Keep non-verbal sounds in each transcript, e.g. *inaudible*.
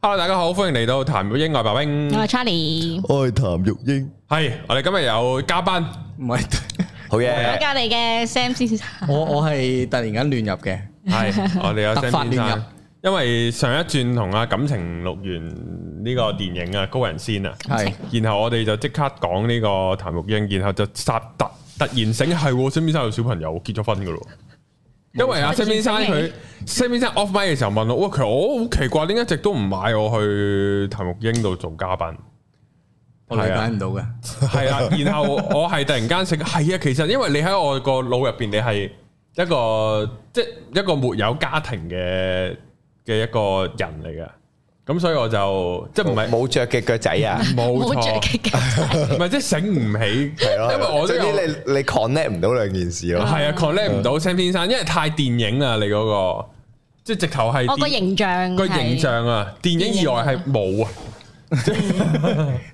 Hello，大家好，歡迎嚟到談育鷹外白兵，我係 Charlie，我係譚玉英，係我哋今日有嘉賓，唔係，好我隔嘢，離嘅 Sam 先生，我我係突然間亂入嘅，係我哋有突發 Sam 先亂入生，因為上一轉同阿感情錄完呢個電影啊《高人先》啊，係然後我哋就即刻講呢個譚玉英，然後就殺突突然醒係喎，Sam 先生有小朋友結咗婚噶咯。因為阿冇錯 Sam 先生突然佢醒 Sam 先生 off mic 嘅時候問我，哇，其實我哦好奇怪，點解一直都唔買我去譚玉英度做嘉賓？我理解唔到嘅。係 *laughs* 啊，然後我係突然間醒，係啊，其實因為你喺我個腦入邊，你係一個即係一個沒有家庭嘅嘅一個人嚟嘅，咁所以我就即係唔係冇着嘅腳仔啊，冇冇着錯，嘅 *laughs* 嘅，唔係即係醒唔起，係咯，因為我都總之有你你 connect 唔到兩件 *laughs* 事咯，係啊 connect 唔到 Sam 先生，因為太電影啦，你嗰個即係直頭係我個電形象，個形，象啊，電影以外係冇啊。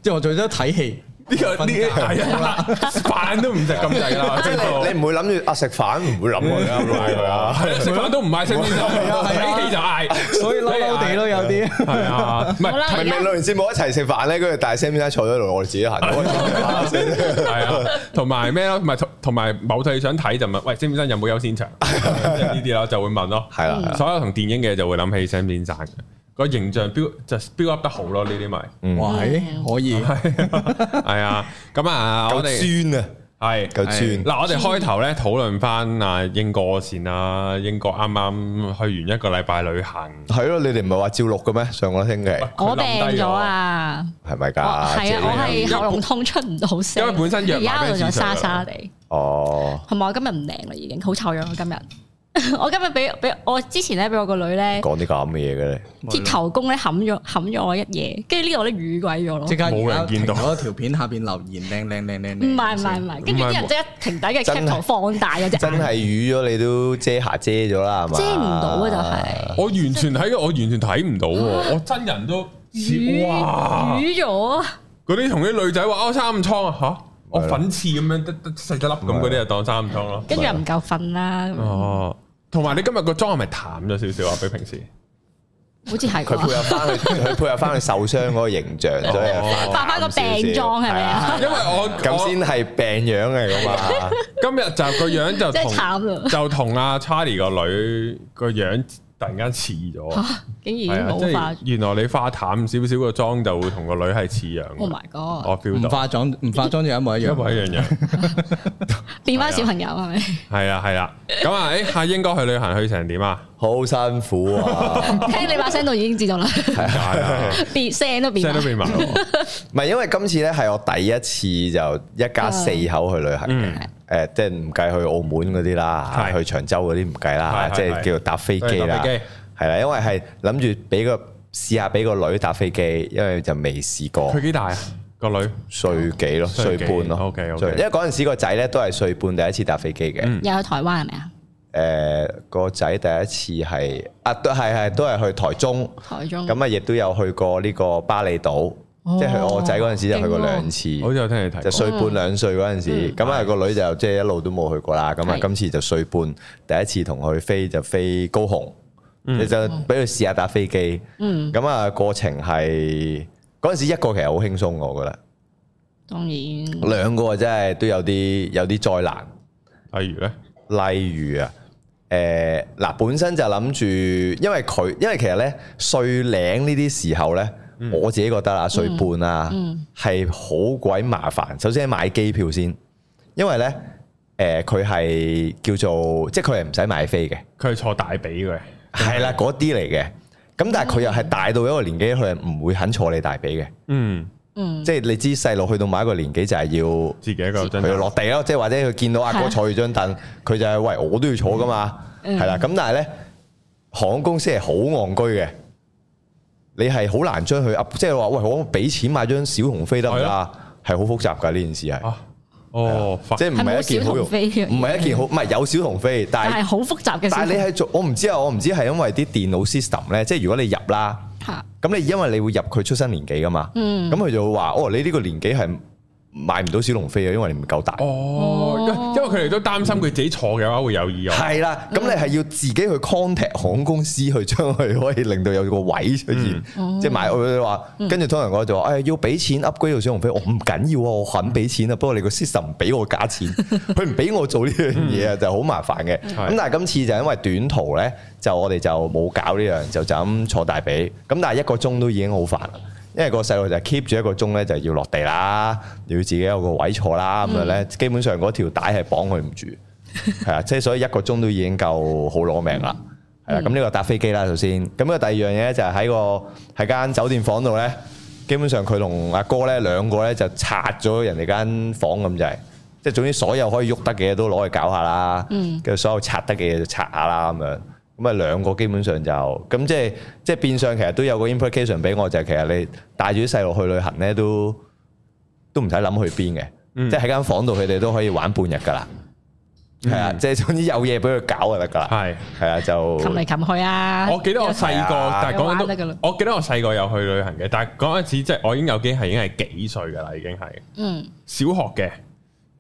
即係我最多睇戲，呢個呢瞓 *laughs* 覺係啊，飯都唔食咁滯啦，即最多係你你唔會諗住啊食飯唔會諗我哋買佢啊，係啊食飯都唔嗌 Sam 先生，係啊係啊睇戲就嗌，所以嬲嬲地咯，有啲係啊，唔係好啦，明而明家錄完節目一齊食飯咧，跟住但係 Sam 先生坐咗喺度，我哋自己行開始係啊，同埋咩咯，同埋同埋某套戲想睇就問，喂，Sam 先生有冇優先 *laughs* 場？即係呢啲咯，就會問咯。係嗯啦係啦所有同電影嘅就會諗起 Sam 先生嘅個形象 build 就 build up 得好咯，呢啲咪哇，嗯係可以， *laughs* 係啊。咁啊，我哋夠酸啊，係夠酸，嗱，我哋開頭咧討論翻啊英國先啦，英國啱啱去完一個禮拜旅行，係咯，你哋唔係話照錄嘅咩？上個星期我病咗啊，係咪我係㗎？啊，我姐係喉嚨痛出唔到聲，因為本身藥而買家俾喉嚨市仲場沙㗎沙地，Ờ, 哦，同埋我今日唔靚啦，已經好臭樣啊我今日，我今日 *laughs* 俾俾我之前咧俾我個女咧講啲咁嘅嘢嘅咧，鐵頭公咧冚咗冚咗我一夜，跟住呢度咧瘀鬼咗咯。即刻冇人見到嗰條片下邊留言靚靚靚靚靚，唔係唔係唔係，跟住啲人即刻停底嘅真 cap 係圖放大嗰隻真係眼，瘀咗你都遮瑕遮咗啦，係嘛？遮唔到啊就係我完全睇，我完全睇唔到喎，我真人都瘀哇！瘀哎咗。嗰啲同啲女仔話哦三暗瘡啊吓，我係咯粉刺咁樣得得細細粒咁嗰啲就當三暗瘡咯。跟住又唔夠瞓啦，咁樣哦，同埋你今日個妝係咪淡咗少少啊？比平時好似係佢配啩？合翻 *laughs* 佢，佢配合翻佢受傷嗰個形象，所以哦化翻個病妝係咪啊？因為我咁我先係病樣啊嚟噶嘛？今日就個樣就真啊同係慘啊 *laughs* 啦！就同阿 Charlie 個女個樣突然間似咗，竟係然啊，即冇化係原來你化淡少少個妝就會同個女係似樣，Oh 嘅。 my 哦 god！我 feel 唔到化妝唔化妝就一模一一樣，模一樣樣。變翻小朋友係咪？係啊係啊，咁啊，誒，阿英哥去旅行去成點啊？好辛苦 *laughs* 啊！聽你把聲都已經知道啦，係啊， *laughs* *laughs* 變聲都變聲埋都。變埋喎。唔係因為今次咧係我第一次就一嗯家四口去旅行嘅嗯，誒即係唔計去澳門嗰啲啦，係去長洲嗰啲唔計係，啦係即係叫做搭飛機係搭啦飛機，係啦，因為係諗住俾個試下俾個女搭飛機，因為就未試過佢。幾大啊？個女歲幾咯，歲歲幾半咯 OK，OK 歲因為嗰陣時個仔咧都係歲半第一次搭飛機嘅，又去台灣係咪啊？誒呃個仔第一次係啊，都係係都係去台中，台中咁啊亦都有去過呢個巴厘島，嗯哦即係去我仔嗰陣時就去過兩好次，似有聽你提就過。歲半兩歲嗰陣時，咁啊個女就即係一路都冇去過啦，咁啊嗯係今次就歲半第一次同佢飛就飛高雄，你就俾佢試下搭飛機，嗯，咁啊過程係嗰陣時一個其實好輕鬆嘅我覺得，當然兩個真係都有啲有啲災難。例如咧，例如啊，誒、嗱，本身就諗住，因為佢，因為其實咧，歲零呢啲時候咧，我自己覺得啊，歲半啊，係好鬼麻煩。首先買機票先，因為咧，誒、佢係叫做，即係佢係唔使買飛嘅，佢係坐大髀嘅，係啦，嗰啲嚟嘅。咁但係佢又係大到一個年紀，佢係唔會肯坐你大髀嘅，嗯，嗯即係你知細路去到某一個年紀就係要。自己一個真佢係啊就落地咯，即係或者佢見到係阿哥啊坐住張凳，佢就係喂我都要坐噶嘛，嗯係啦。咁但係咧，航空公司係好戇居嘅，你係好難將佢 up，即係話喂我俾錢買張小紅飛得唔係得啊？係好複雜㗎呢件事係，啊，哦，即即係唔係一件好係冇小容，紅飛嘅唔係一件好，唔係有小紅飛，但但係係好複雜嘅事。但係你係做，我唔知啊，我唔知係因為啲電腦 system 咧，即係如果你入啦，嚇咁你因為你會入佢出生年紀㗎嘛，嗯咁佢就會話哦你呢個年紀係。買唔到小龍飛啊，因為你唔夠大。哦，因因為佢哋都擔心佢自己坐嘅話會有意外。係啦，咁你係要自己去 contact 航空公司去將佢可以令到有個位出現，即係買佢話，跟住通常我就話，誒哎要俾錢 upgrade 到小紅飛，我唔緊要啊，我肯俾錢啊，不過你個 system 唔俾我加錢，佢唔俾我做呢樣嘢啊，就好麻煩嘅。咁但係今次就因為短途咧，就我哋就冇搞呢樣，就就咁坐大髀，咁但係一個鐘都已經好煩啦。因為個細路就 keep 住一個鐘咧，就要落地啦，要自己有個位坐啦，咁樣咧，基本上嗰條帶係綁佢唔住。係啊，即係所以一個鐘都已經夠好攞命啦。係啊啦，咁呢個搭飛機啦，首先。咁呢個第二樣嘢咧就係喺個喺間酒店房度咧，基本上佢同阿哥咧兩個咧就拆咗人哋間房咁就係，即係總之所有可以喐得嘅嘢都攞去搞下啦。嗯跟住所有拆得嘅嘢就拆下啦咁樣。咁啊兩個基本上就咁即係即係變相其實都有個 implication 俾我，就係其實你帶住啲細路去旅行咧都都唔使諗去邊嘅，即係喺間房度佢哋都可以玩半日㗎啦。系啊，即係總之有嘢俾佢搞就得㗎啦。係，係啊，就擒嚟擒去啊！我記得我細個，但係講有玩得㗎緊啦都，我記得我細個有去旅行嘅，但係嗰陣時即係我已經有機係已經係幾歲㗎啦，已經係。嗯小學嘅，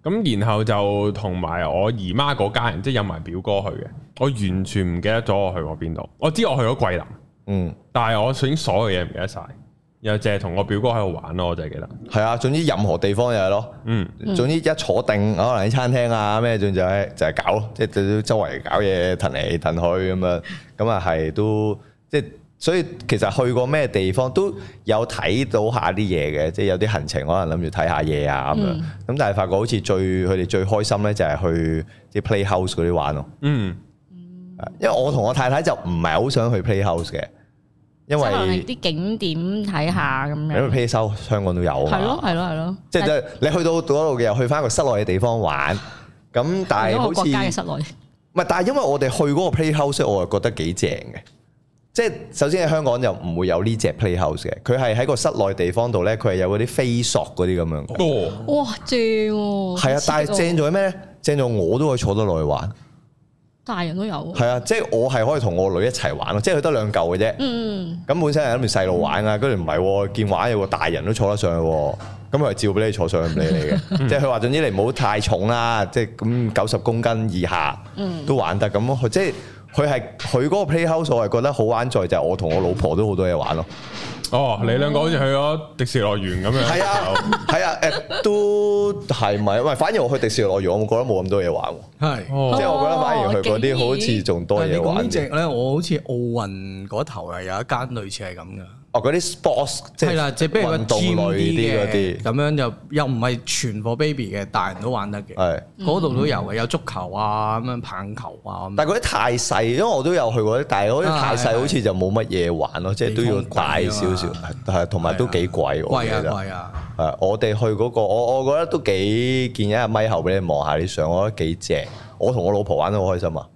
咁然後就同埋我姨媽嗰家人，即係有埋表哥去嘅，我完全唔記得咗我去過邊度，我知我去咗桂林，嗯，但係我已經所有嘢唔記得晒，然後淨係同我表哥喺度玩咯，我就係記得，係啊，總之任何地方又係咯。嗯，總之一坐定，可能喺餐廳啊咩，總之就係就係搞咯，即係周圍搞嘢，騰嚟騰去咁樣。咁啊係都即係，所以其實去過咩地方都有睇到下啲嘢嘅，即係有啲行程可能諗住睇下嘢啊咁樣。嗯咁、但係發覺好似最佢哋最開心咧，就係去啲 playhouse 嗰啲玩咯。嗯，因為我同我太太就唔係好想去 playhouse 嘅，因因為為啲景點睇下咁因為樣，啤收香港都有啊係咯嘛，係咯係咯，即係即係你去到嗰度嘅又去翻個室內嘅地方玩，係咁但係啊嗰好個似國家嘅唔室內，係，但係因為我哋去嗰個 playhouse，我係覺得幾正嘅。即係首先喺香港就唔會有呢只 playhouse 嘅，佢係喺個室內地方度咧，佢係有嗰啲飛索嗰啲咁樣嘅。哦，哇正喎！係啊，但係正在咩咧？正在我都可以坐得落去玩。哦大人都有喎，係啊，即係我係可以同我女一齊玩咯，即係佢得兩嚿嘅啫。嗯咁本身係諗住細路玩啊，跟住唔係喎，見玩有個大人都坐得上去喎，咁佢係照俾你坐上去唔理你嘅，*laughs* 即係佢話總之你唔好太重啦，即係咁九十公斤以下都玩得咁，佢即係佢係佢嗰個 playhouse 我係覺得好玩在就係我同我老婆都好多嘢玩咯，哦，你兩個好似去咗迪士尼樂園咁樣，係啊 *laughs* 係啊誒都係咪？喂，反而我去迪士尼樂園，我覺得冇咁多嘢玩喎，係。哦即係我覺得反而去嗰哦竟然啲好似仲多但係你嘢講呢玩只啲。咧，我好似奧運嗰頭啊，有一間類似係咁噶。哦，嗰啲 sports 即係啦，即係比係如個運動類 gym 啲嗰啲嘅，啲，咁樣就又唔係全貨 baby 嘅，大人都玩得嘅。係。嗰度都有嘅，有足球啊，咁樣棒球啊，咁樣但係嗰啲太細，因為我都有去過啲，但嗯啊係嗰啲太細好似就冇乜嘢玩咯，即係都要大少少，地方啊係同埋都幾貴喎。我記啊貴啊得貴啊，係我哋去嗰個，我我覺得都幾建議阿咪後俾你望下啲相，我覺得幾正。我同我老婆玩得好開心 *laughs* 啊！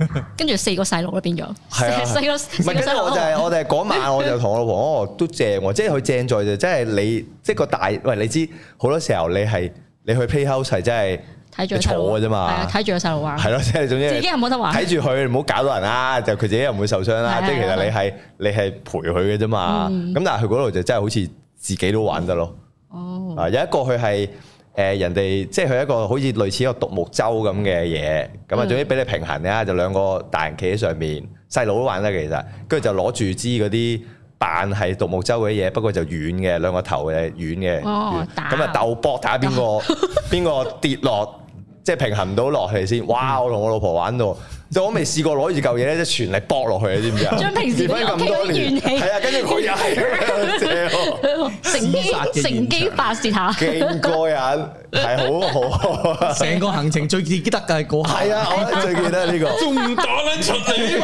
嗯，跟住四個細路都變咗，係啊四個唔四個係，跟細住路我就係都我哋嗰晚我就同我老婆哦都正喎，即係佢正在就即係你即係個大喂，你知好多時候你係你去 playhouse 係真係睇住你個細路坐嘅係啫啊嘛，睇住個細路玩，係咯，即係總之自己又冇得玩，睇住佢，唔好搞到人啦，就佢自己又唔會受傷啦。啊係即係其實你係你係陪佢嘅啫嘛。咁但係佢嗰度就真係好似自己都玩得咯。哦，啊，有一個佢係誒人哋，即係佢一個好似類似一個獨木舟咁嘅嘢，咁嗯啊總之俾你平衡啦，就兩個大人企喺上面，細佬都玩得嘅其實，跟住就攞住支嗰啲扮係獨木舟嗰啲嘢，不過就軟嘅，兩個頭嘅軟嘅，哦軟打咁啊鬥搏睇下 *laughs* 邊個邊個跌落。即係平衡唔到落去先，嗯哇！我同我老婆玩到，就我未試過攞住嚿嘢咧，即係全力搏落去，你知唔知啊？將平時結婚咁多屋企嗰啲年，怨氣係啊，跟住佢又係咁樣借我乘機乘機發泄下，勁過癮，係好好，成個行程最記得嘅係嗰下。係啊！我最記得 *laughs* 呢個，仲唔打撚出嚟？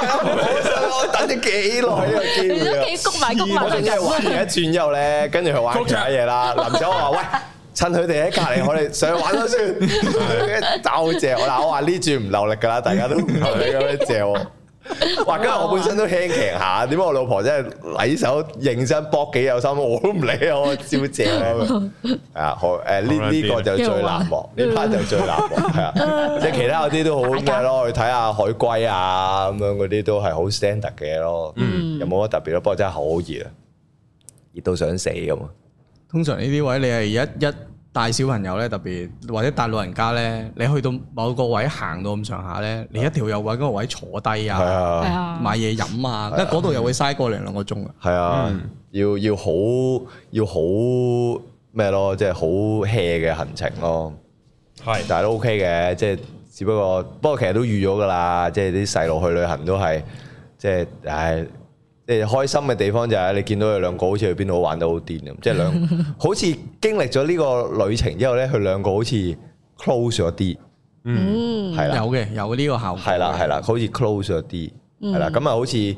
我等咗幾耐呢個機你會都 *laughs* 啊！幾谷埋谷埋我仲真係玩完一轉之後咧，跟住佢玩其他嘢啦。臨走我話喂。趁佢哋喺隔離，我哋上去玩咗先，就借我嗱，我話呢轉唔留力噶啦，大家都唔留力咁樣借我。哇！今日我本身都輕騎下，點解我老婆真係禮手認真搏幾有心，我都唔理啊，我照借啊咁樣。啊，好誒，呢呢個就最難忘，呢 part 就最難忘，係啊，即係其他嗰啲都好咩咯，去睇下海龜啊咁樣嗰啲都係好 standard 嘅咯，又冇乜特別咯，不過真係好熱啊，熱到想死咁啊！通常呢啲位你係一一帶小朋友咧，特別或者帶老人家咧，你去到某個位行到咁上下咧，你一定要有位嗰個位坐低係啊，係啊，啊，買嘢飲啊，因為嗰度又會嘥個零兩個鐘啊。係啊嗯，要要好要好咩咯，即係好 hea 嘅行程咯。系但係都 OK 嘅，即係只不過不過其實都預咗㗎啦，即係啲細路去旅行都係即係唉。即係開心嘅地方就係你見到佢兩個好似去邊度玩得好癲咁，即係兩好似經歷咗呢個旅程之後咧，佢兩個好似 close 咗啲，嗯嗯，係啦有嘅，有呢個效果嘅。係啦係啦，好似 close 咗啲，係啦，咁啊好似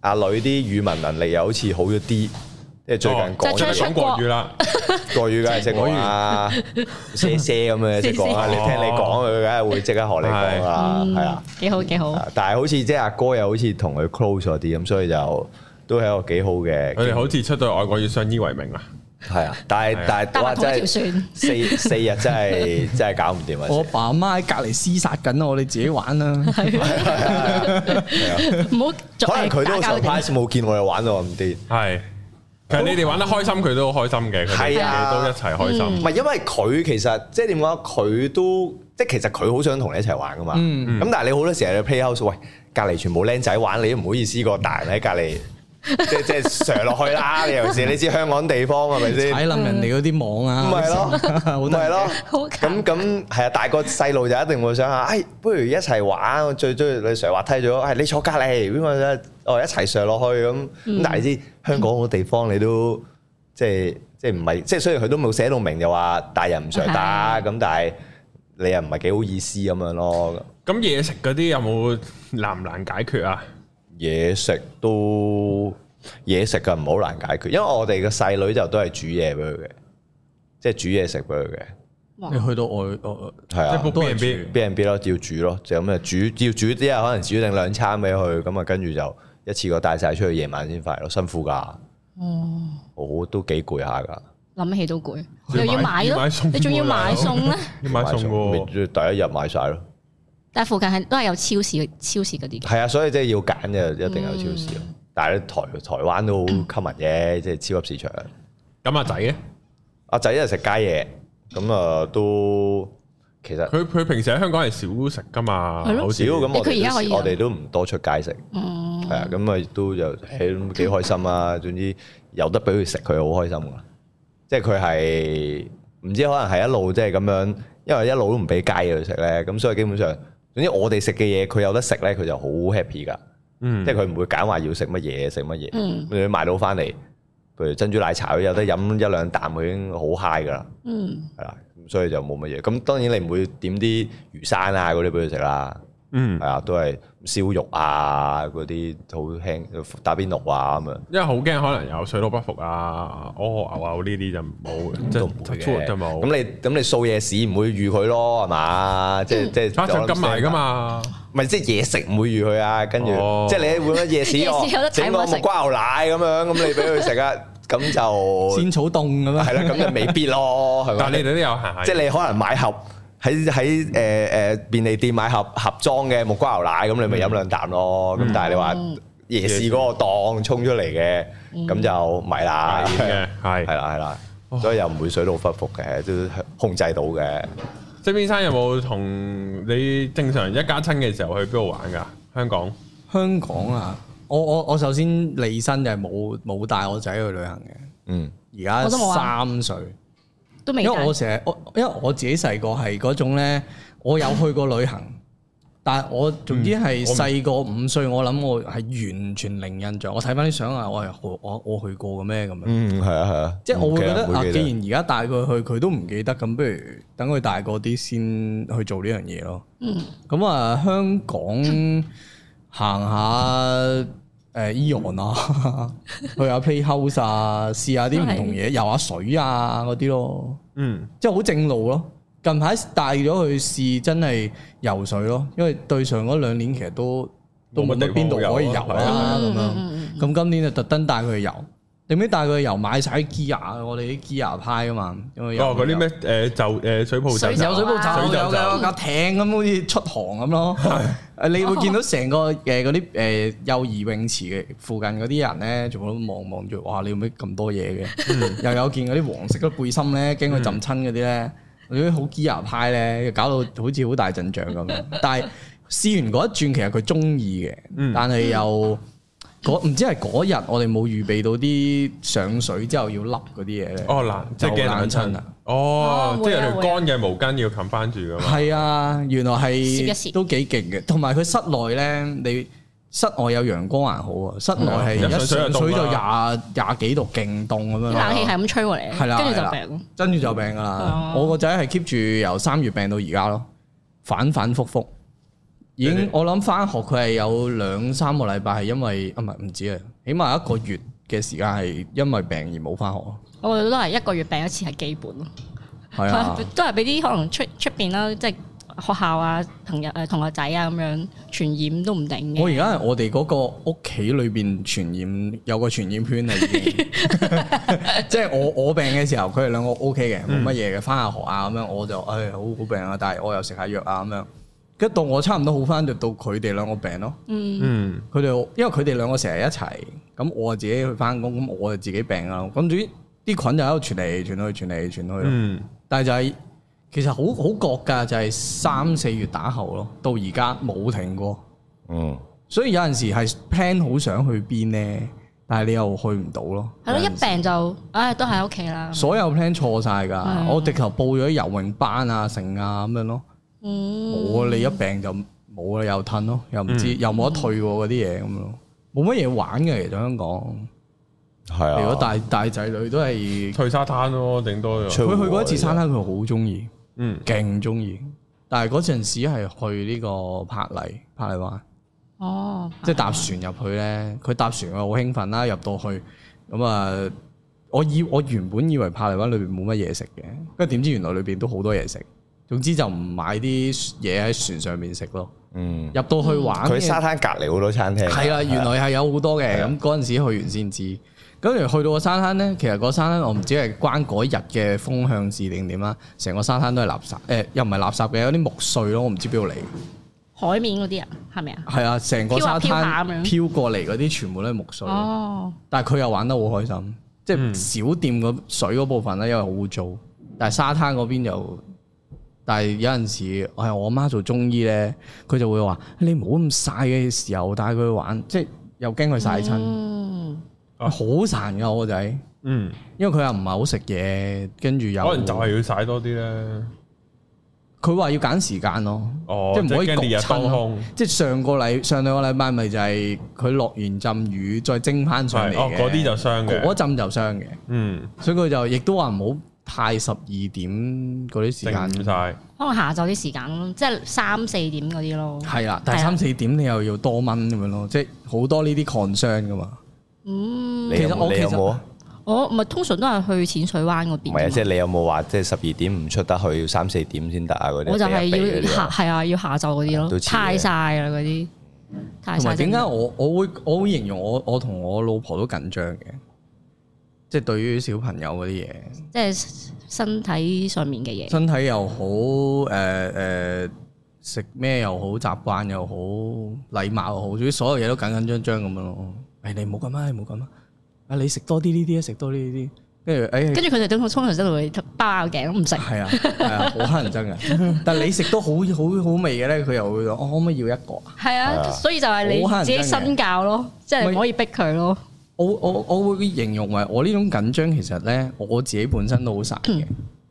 阿女啲語文能力又好似好咗啲，即係最近哦講就咗出講國語啦，國語梗係識講啦， *laughs* 寫寫 *laughs* 咁嘅識講啦。寫你寫聽你講，佢梗係會即刻學你講啦，嗯係啊。，幾好幾好，但係好似即係阿哥又好似同佢 close 咗啲，咁所以就都係一個幾好嘅經佢驗。哋好似出到外國要相依為命啊，係啊，但係係啊但係搭哇，埋同真一條係船，四四日真係真係搞唔掂啊！我爸阿媽喺隔離厮殺緊，我哋自己玩啊啦。 *laughs* *laughs* 唔好再可能佢都打交 surprise 冇見我哋玩到咁癲。系。其實你哋玩得開心，佢都好開心嘅，佢哋係啊都一齊開唔心。係因為佢其實即係點講，啊佢都即係其實佢好想同你一齊玩噶嘛。咁、嗯但係你好多時候你 playhouse，喂隔離全部僆仔玩，你都唔好意思個大人喺隔離，即係即係上落去啦。尤其是你知香港地方係咪先？踩冧人哋嗰啲網啊，咪係咯好咪係得咯好，咁近咁係啊！大個細路就一定會想下，哎，不如一齊玩。我最中意你上滑梯咗，哎，你坐隔離邊個啫？哦，一齊上落去咁。咁但係你知香港好多地方你都即係即係唔係即係雖然佢都冇寫到明就話大人唔常打咁，但係你又唔係幾好意思咁樣咯。咁嘢食嗰啲有冇難唔難解決啊？嘢食都嘢食嘅唔好難解決，因為我哋嘅細女就都係煮嘢俾佢嘅，即係煮嘢食俾佢嘅，哇你去到外外係即係啊。book 都 B 係 n B， B and B 咯，照煮咯，就咁啊煮，要煮啲啊，可能煮定兩餐俾佢，咁啊跟住就一次過帶晒出去，夜晚先翻嚟咯，辛苦噶，哦，我都幾攰下噶。諗起都攰，要又要買買要買咯餸喎，你仲要買餸咧？要買餸咪喎。第一日買晒咯， *laughs* 但係附近係都係有超市，超市嗰啲嘅，係啊，所以即係要揀嘅，一定有超市咯。嗯但係咧台台灣都好 common 嘅，即係超級市場。咁阿仔咧，阿仔一日食街嘢，咁啊都其實佢佢平時喺香港係少食噶嘛，係咯好少似咁，我佢而家可哋以都啊我哋都唔多出街食。嗯，係啊，咁啊都就誒幾開心啊！總之有得俾佢食，佢好開心噶。即係佢係唔知可能係一路即係咁樣，因為一路都唔俾街嘢佢食咧，咁所以基本上總之我哋食嘅嘢佢有得食咧，佢就好 happy 噶。嗯即係佢唔會揀話要食乜嘢食乜嘢，嗯你買到翻嚟，譬如珍珠奶茶佢有得飲一兩啖，佢已經好 high 噶啦，嗯，係啦，咁所以就冇乜嘢。咁當然你唔會點啲魚生啊嗰啲俾佢食啦。嗯係，啊，都係燒肉啊，嗰啲好輕打邊爐啊咁樣。因為好驚可能有水土不服啊、屙牛啊呢啲就冇嘅，即都唔會係嘅粗就冇。咁你咁你掃夜市唔會預佢咯，係嗯嘛？即係即係叉上金埋噶，嘛，唔係即係嘢食唔會預佢啊。跟住哦即係你會乜夜市夜市有哦得睇整個冇得食木瓜牛奶咁樣，咁你俾佢食啊，咁就仙草凍咁啊係，啦，咁就未必咯，係咪？但係你哋都有行下，即係你可能買盒喺喺誒誒便利店買盒盒裝嘅木瓜牛奶，咁你咪嗯飲兩啖咯。咁但係你話嗯夜市嗰個檔沖出嚟嘅，咁就咪啦，危險嘅啊 *laughs* 係係。啦係啦，所以又唔會水土不服嘅，都控制到嘅。即係邊生有冇同你正常一家親嘅時候去邊度玩㗎？香港香港啊，我我我首先利申就係冇冇帶我仔去旅行嗯，嘅，而家我都冇啊三歲，都未因帶，為我成日我因為我自己細個係嗰種咧，我有去過旅行， *laughs* 但係我總之嗯係細個五歲，我諗我係完全零印象。我睇翻啲相啊，我係我我我去過嘅咩咁樣。嗯係啊係啊，即係我會覺得唔啊，記既然而家帶佢去，佢都唔記得，咁不如等佢大個啲先去做呢樣嘢咯。嗯，咁啊，香港行下誒 *laughs* Eon 啊，去下 Playhouse 啊，試下啲唔同嘢，游下水啊嗰啲咯，嗯即係好正路咯。近排帶咗去試真係游水咯，因為對上嗰兩年其實都都冇冇乜地乜邊度方可以游游啊啦嗯咁樣。嗯嗯咁今年就特登帶佢去游，你咪帶佢由買晒 gear，我啊哋啲 gear 派噶嘛，因為有哦，嗰啲咩誒就誒水泡水酒酒有水泡水站酒有站有架艇咁，好似出航咁咯。誒你會見到成個誒嗰啲誒幼兒泳池嘅附近嗰啲人咧，全部都望望住，哇！你有咩咁多嘢嘅？又有件嗰啲黃色嘅背心咧，驚佢浸親嗰啲咧，嗰啲好 gear 派咧，又搞到好似好大陣仗咁樣。但係試完嗰一轉，其實佢中意嘅，但係又嗰唔知係嗰日我哋冇預備到啲上水之後要笠嗰啲嘢咧。哦難，即係就驚冷冷親親啊啊！哦，哦即係會有啊條會啊乾嘅毛巾要冚翻住噶嘛。係啊，原來攝一係攝都幾勁嘅，同埋佢室內咧，你室外有陽光還好啊，室內係係啊一一上水上就水就凍廿廿幾度，勁凍咁樣嗯啲冷氣咯。係咁吹過嚟，啊係啦跟住係啦就病。跟住就病噶啦哦。我個仔係 keep 住由三月病到而家咯，反反覆覆。已你經哋我諗翻學佢係有兩三個禮拜係因為啊唔係唔止啊，起碼一個月嘅時間係因為病而冇翻學咯。我哋都係一個月病一次係基本咯，係 *laughs* 啊，都係俾啲可能出出邊啦，即係學校啊、朋友誒同學仔啊咁樣傳染都唔定我嘅。而家係我哋嗰個屋企裏邊傳染有個傳染圈啦，啊已經。即係我我病嘅時候，佢哋兩個 O K 嘅，冇乜嘢嘅，翻下學啊咁樣，我就誒好好病啊，但係我又食下藥啊咁樣。跟住到我差唔多好翻，就到佢哋兩個病咯。嗯，佢哋因為佢哋兩個成日一齊，咁我自己去翻工，咁我就自己病啦。咁至於啲菌就喺度傳嚟傳去，傳嚟傳去咯。嗯，但係就係、其實好好覺㗎，就係、三四月打後咯，到而家冇停過。嗯，所以有陣時係 plan 好想去邊呢，但係你又去唔到咯。係咯，一病就唉都喺屋企啦。所有 plan 錯晒㗎，嗯我直頭報咗游泳班啊、成啊咁樣咯。嗯，冇啊，你一病就冇啦，又褪咯，又唔知嗯又冇得退喎嗰啲嘢咁咯，冇乜嘢玩嘅其實香港。系啊。如果帶帶仔女都係，去沙灘咯，頂多就出佢去過一次沙灘，佢好中意，嗯勁中意。但係嗰陣時係去呢個柏麗柏麗灣。哦，即係搭船入去咧，佢搭船我好興奮啦，入到去咁啊，我以我原本以為帕利灣裏邊冇乜嘢食嘅，跟住點知原來裏邊都好多嘢食。總之就唔買啲嘢喺船上面食咯，嗯，入到去玩佢嘅沙灘隔離好多餐廳。係啦，原來係有好多嘅。係啊咁嗰陣時去完先知，跟住去到個沙灘咧，其實個沙灘我唔知係關嗰日嘅風向事定點啦，成個沙灘都係垃圾，誒、呃又唔係垃圾嘅，有啲木碎咯，我唔知邊度嚟。海面嗰啲啊，係咪啊？係啊，成個飄沙下飄下咁灘樣飄過嚟嗰啲全部都係木碎咯。哦，但係佢又玩得好開心，即嗯係少掂個水嗰部分咧，因為好污糟。但係沙灘嗰邊又，但係有陣時，我係我媽做中醫咧，佢就會話：你唔好咁曬嘅時候帶佢去玩，即係又驚佢曬親，嗯，好啊孱㗎我個仔，嗯，因為佢又唔係好食嘢，跟住又可能就係要晒多啲咧。佢話要揀時間咯，哦，即係唔可以即係驚烈焗日當親咯空。即係上個禮上兩個禮拜咪就係佢落完浸雨再蒸翻上嚟係哦嘅嗰啲就傷嘅嗰浸就傷嘅。嗯，所以佢就亦都話唔好太十二點嗰啲時整唔間，晒。可能下晝啲時間咯，即係三四點嗰啲咯。係啦，但係係啊三四點你又要多蚊咁樣咯，即係好多呢啲 concern 噶嘛。嗯，你有其實我冇你有其實冇啊？我咪通常都係去淺水灣嗰邊㗎唔嘛。係啊，即係你有冇話即係十二點唔出得去，要三四點先得啊？嗰啲我就係係要下係啊，要下晝嗰啲都咯，似嘅太晒啦嗰啲，太同埋晒。點解我我會我會形容我我同我老婆都緊張嘅，即係對於小朋友嗰啲嘢，即係身體上面嘅嘢？身體又好誒誒。呃食咩又好，習慣又好，禮貌又好，總之所有嘢都緊緊張張咁樣咯。誒、你唔好咁啊，你唔好咁啊！啊，你食多啲呢啲啊，食多啲呢啲，跟住誒，哎跟住佢哋都通常都會包咬頸唔食。係啊，係啊，好乞人 *laughs* 憎嘅。但係你食都好好好味嘅咧，佢又會講：我可唔可以要一個啊？係係啊啊，所以就係你自己身教咯，即係唔可以逼佢咯。我我我會形容為我呢種緊張，其實咧我自己本身都好孱嘅。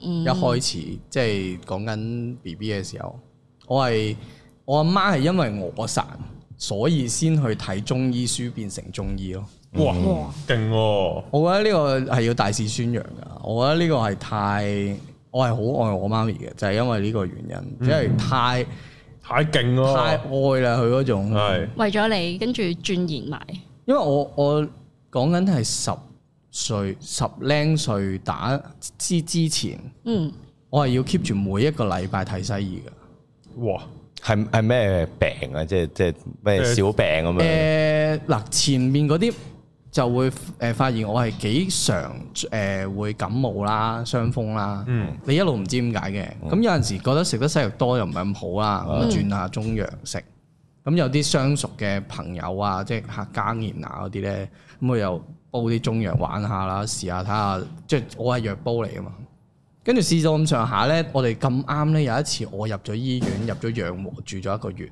嗯一開始即係講緊 B B 嘅時候，我係我阿媽係因為我孱，所以先去睇中醫書變成中醫咯。哇哇，勁喎！我覺得呢個係要大肆宣揚噶。我覺得呢個係太我係好愛我媽咪嘅，就係、因為呢個原因，因為太太勁太愛咯，啦佢嗰種。哦係為咗你，跟住鑽研埋。因為我我講緊係十歲十零歲打之之前，嗯，我係要 keep 住每一個禮拜睇西醫嘅。哇，係係咩病啊？即係即係咩小病咁樣？呃誒嗱、前面嗰啲就會誒發現我係幾常誒會感冒啦、傷風啦。嗯你一路唔知點解嘅。咁有陣時覺得食得西藥多又唔係咁好啦，咁啊轉下中藥食。咁有啲相熟嘅朋友啊，即係客家宴啊嗰啲咧，咁佢又煲啲中藥玩下啦，試下睇下。即係我係藥煲嚟噶嘛。跟住試到咁上下咧，我哋咁啱咧有一次我入咗醫院，入咗養和住咗一個月，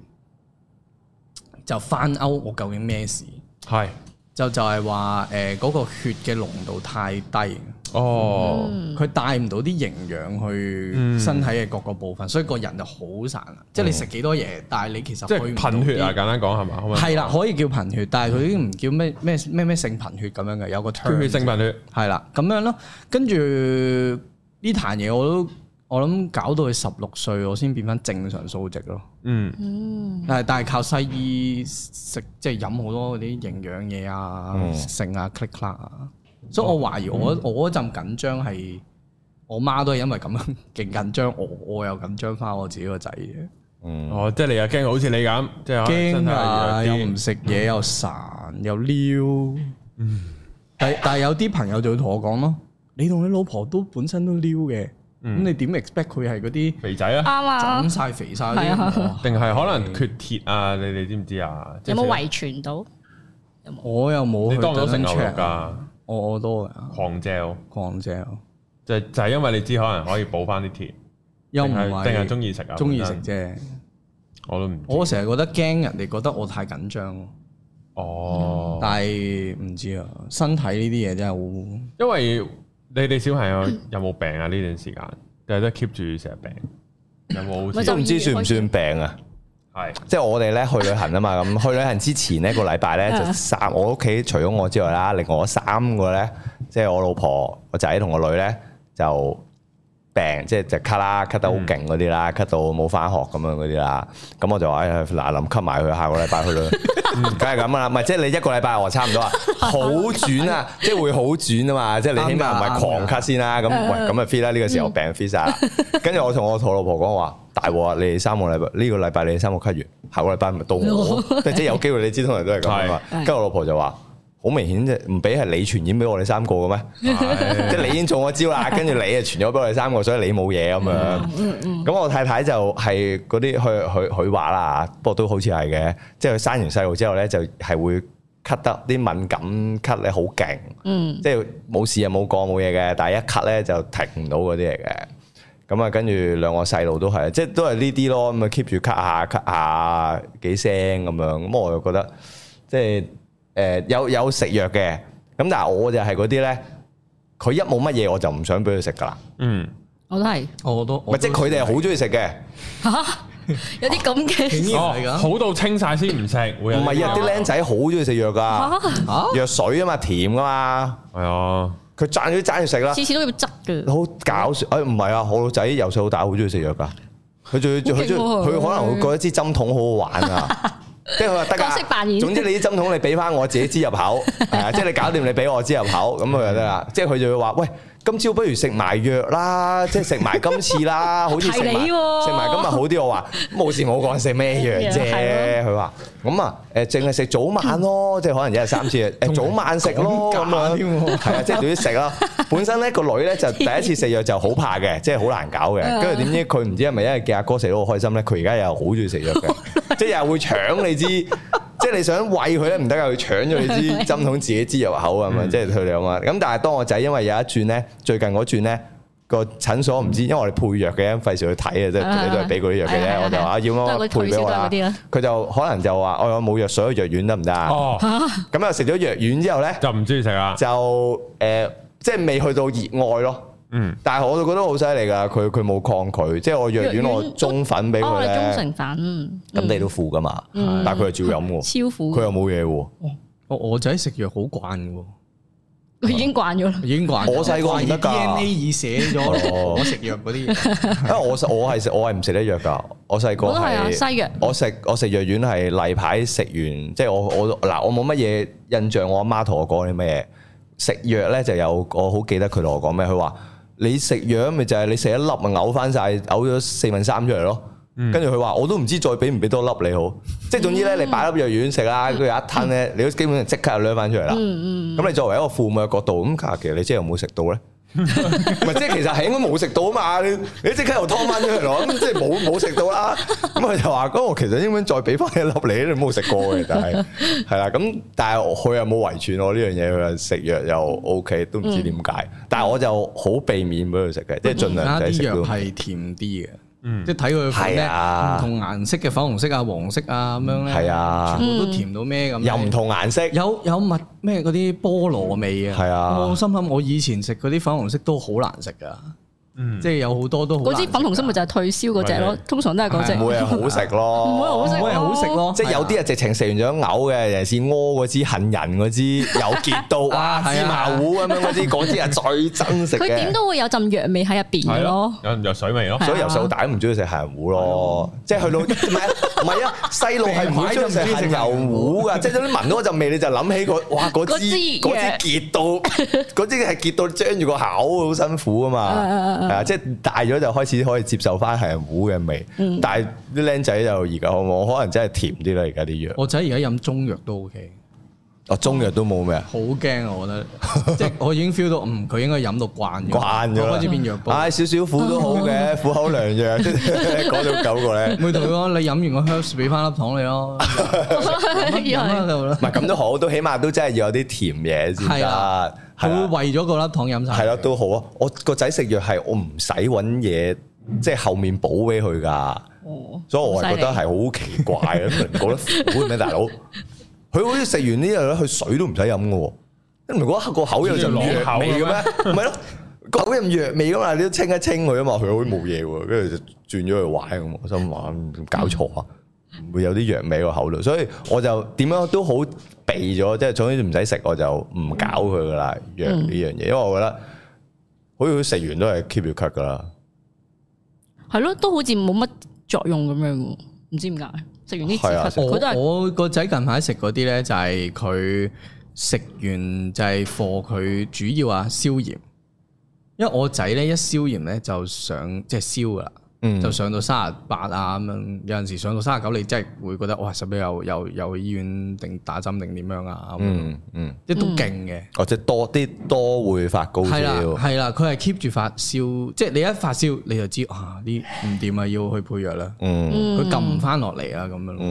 就翻歐我究竟咩事？係就就係話誒嗰個血嘅濃度太低，哦，佢帶唔到啲營養去嗯哦身體嘅各個部分，所以個人就好散啦。即係你食幾多嘢，但係你其實即去係唔到貧血啊！啲簡單講係嘛？可唔可以係啦，可以叫貧血，但係佢已經唔叫咩咩咩咩性貧血咁樣嘅，有個 term 缺血性貧血，係啦，咁樣咯。跟住呢壇嘢我都我諗搞到佢十六歲，我先變翻正常數值咯。嗯，但係但係靠西醫食即係飲好多嗰啲營養嘢啊、嗯剩啊、click clack 哦啊，所以我懷疑我我嗰陣緊張係我媽都係因為咁樣 *laughs* 勁緊張，我我又緊張翻我自己個仔嘅，嗯哦，即係你又驚好似你咁，即係可能真驚係啊有又啲嗯唔食嘢又孱又撩，但但係有啲朋友就會同我講咯，你同你老婆都本身都撩嘅，嗯咁你點 expect 佢係嗰啲肥仔啊，啱啊斬，晒肥晒係嗰啊啲？哇定係可嗯能缺鐵啊？你哋知唔知啊？即有係冇食得遺傳到？我又冇你去當唔特到食登牛肉 check 啊，㗎？我我多噶狂嚼狂姐。就就係因為你知可能可以補翻啲鐵，又唔定係定係係中意食啊？中意食本身，啫。我都唔知我成日覺得驚人哋覺得我太緊張咯，哦。嗯但係唔知啊，身體呢啲嘢真係因為你哋小朋友有冇病啊？呢段時間定係都 keep 住成日病，有冇好咪似就都唔知算唔算病啊？係即係我哋咧去旅行啊嘛，咁去旅行之前呢個禮拜咧就三，我屋企除咗我之外啦，另外三個咧，即係我老婆、我仔同我女咧就病，即係就咳啦，咳得好勁嗰啲啦，咳到冇翻學咁樣嗰啲啦。咁我就話：哎呀，嗱臨咳埋佢，下個禮拜去 *laughs* 啦。梗係咁啦，唔係即係你一個禮拜我差唔多啊，好轉啊，即係會好轉啊嘛，即係你起碼唔係狂咳先啦。咁喂，咁啊 fit 啦，呢個時候病 fit 晒啦。跟住我同我同老婆講話，大鑊啊！你哋三個禮拜呢個禮拜你哋三個咳完，下個禮拜咪到我，即係有機會你知通常都係咁啊嘛。係跟住我老婆就話。好明顯啫，唔俾係你傳染俾我哋三個嘅咩？嗯即 *laughs* 係你已經中咗招啦，跟住你啊傳咗俾我哋三個，所以你冇嘢咁樣。咁我太太就係嗰啲佢佢佢話啦，不過都好似係嘅，即係佢生完細路之後咧，就係會咳得啲敏感咳咧好勁，嗯，即係冇事啊又冇過冇嘢嘅，但係一咳咧就停唔到嗰啲嚟嘅。咁啊，跟住兩個細路都係，即係都係呢啲咯，咁啊 keep 住咳下咳下幾聲咁樣，咁我又覺得即係誒、呃有有食藥嘅，咁但係我就係嗰啲咧，佢一冇乜嘢我就唔想俾佢食噶啦，嗯我都係好，我都唔係即係佢哋係好中意食嘅，有啲咁 *laughs* 嘅竟哦然係㗎好到清晒先唔食，會有唔係啊啲僆仔好中意食 *laughs* 藥噶，嚇藥水啊嘛甜噶嘛，係啊，佢爭住爭住食啦。次次都要執 *laughs* 嘅，好搞笑！誒唔係啊，我老仔由細到大好中意食藥㗎，佢仲要好勁佢中喎佢可能會覺得支針筒好好玩 *laughs* 啊，即係佢話得角色扮㗎。演總之你啲針筒你俾翻我自己支入 *laughs* 口，係啊，即係你搞掂你俾我支入口，咁佢就得嗯啦。即係佢就會話：喂，今朝不如食埋藥啦，即係食埋今次啦，好似食埋提你喎食埋今日好啲。我話冇事冇講，食咩藥啫？係佢話咁啊，誒淨係食早晚嗯咯，即係可能一日三 *laughs* 次，誒早晚食咯咁仲係講價添樣。喎係啊，即係總之食啦。本身咧個女咧就第一次食藥就好怕嘅，即係好難搞嗯嘅。跟住點知佢唔知係咪因為見阿哥食到好開心咧，佢而家又好中意食藥 *laughs* 嘅，即係又會搶你支， *laughs* 即係你想餵佢咧唔得㗎，佢搶咗 *laughs* 你支針筒自己支入口咁嗯樣，即係佢哋咁啊。咁但係當我仔因為有一轉咧，最近嗰轉咧。個診所唔知，因為我哋配藥嘅，費事去睇啊，即係你都係俾嗰啲藥嘅係啊係啊啫。我就話啊要都係麼嗰啲配俾我啦退燒啊藥嗰啲啦，佢就可能就話：哦，我冇藥水，藥丸得唔得啊？哦咁又食咗藥丸之後咧，就唔中意食啊啦，就誒、呃即係未去到熱愛咯。嗯，但係我就覺得好犀利㗎，佢佢冇抗拒，即係我藥丸藥丸我中粉俾哦，佢我哋中咧，成嗯粉，咁你都付㗎嘛，但係佢又照飲喎，超苦佢，又冇嘢喎。我我仔食藥好慣嘅喎，佢已經慣咗啦。已經慣咗。我細個唔得㗎 DNA 已寫哦咗我食藥嗰啲嘢。因為我我係食我係唔食得藥㗎，我細個我都係啊，係西藥我食我食藥丸係例牌食完，即係我我嗱我冇乜嘢印象，我阿媽同我講啲咩嘢食藥咧就有我好記得佢同我講咩，佢話你食藥咪就係你食一粒咪嘔翻晒，嘔咗四分三出嚟咯。嗯跟住佢話我都唔知再俾唔俾多粒你好，即係總之咧，你擺粒藥丸食啦，跟住有一吞咧，你都基本上即刻就掠翻出嚟啦。嗯嗯，咁你作為一個父母嘅角度，咁啊其實你真係有冇食到咧？ *laughs* 唔係，即係其實係應該冇食到啊嘛！你你即刻又劏翻出嚟攞，咁即係冇冇食到啦。咁佢就話：，咁我其實應該再俾翻一粒你，你冇食過嘅，但係係啦。咁但係佢又冇遺傳我呢樣嘢，佢話食藥又 OK，都唔知點解。但係我就好避免俾佢食嘅，即係盡量唔而家使啲食藥到。嗯係甜啲嘅，嗯即係睇佢份咧係啊唔同顏色嘅粉紅色啊、黃色啊咁樣咧，係啊全部都甜到咩嗯咁，又唔。同顏色，有有蜜咩嗰啲菠蘿味啊！係啊我心諗我以前食嗰啲粉紅色都好難食噶，嗯即係有好多都好難啊嗰食㗎。支粉紅色咪就係退燒嗰只咯係，通常都係嗰只，唔會啊係好食咯，唔會好食唔會係哦好食咯，即係有啲係啊人直情食完咗嘔嘅，尤其是屙嗰支杏仁嗰支有結 *laughs* 到哇啊係啊芝麻糊咁樣嗰支， *laughs* 嗰支係啊最憎食佢點嘅。都會有陣藥味喺入邊嘅係咯咯。，有有水味咯係，啊所以由細到大都唔中意食杏仁糊咯，即係去到唔係唔係啊，細路係唔會中意食杏仁糊 *laughs* 噶，即係你聞到嗰陣味你就諗起個哇嗰嗰支支嗰支 *laughs* 結到嗰支係結到張住個口好辛苦啊嘛，嗯嗯嗯係啊，即係大咗就開始可以接受翻杏仁糊嘅味，但係啲僆仔就而家好冇，可能真係甜啲啦而家啲藥，我仔而家飲中藥都 OK，哦中藥都冇咩啊。好驚啊！我覺得， *laughs* 即係我已經 feel 到，嗯，佢應該飲到慣咗，慣咗啦開始變藥煲。唉，少少苦都好嘅， *laughs* 苦口良藥。 *laughs* 嗰種九個咧，咪同佢講，你飲完個 herbs 俾翻粒糖你 *laughs* 咯，係飲啦就啦唔，係啊咁都好，都起碼都真係要有啲甜嘢先係得啦。係佢啦會為咗個粒糖飲晒。係啦，都好啊。我個仔食藥係我唔使揾嘢，即係後面補俾佢㗎。哦所以我係覺得係好犀利好奇怪啊，唔覺 *laughs* 得苦咩大佬？佢好似食完呢樣咧，佢水都唔使飲嘅喎。你唔覺得個口有陣藥味嘅咩？唔係咯，個口有陣藥味噶嘛，你都清一清佢啊嘛，佢好似冇嘢喎，跟住就轉咗去玩咁。我心話嗯搞錯啊，唔會有啲藥味個口度，所以我就點樣都好避咗，即係總之唔使食我就唔搞佢噶啦嗯藥呢樣嘢，因為我覺得好似佢食完都係 keep 住咳噶啦。係咯，都好似冇乜作用咁樣喎，唔知點解食完啲係啊止咳，佢都係我我個仔近排食嗰啲咧，就係佢食完就係貨佢主要啊消炎，因為我仔咧一消炎咧就上即係燒噶啦，嗯就上到三十八啊咁樣，有陣時上到三十九，你真係會覺得哇，使唔使又又又去醫院定打針定點樣啊？咁樣嗯嗯，即係都勁嘅。或者哦多啲多會發高係啦，燒。係啦，佢係 keep 住發燒，即係你一發燒你就知啊，呢唔掂啊，要去配藥啦。嗯。佢撳唔翻落嚟啊，咁樣咯。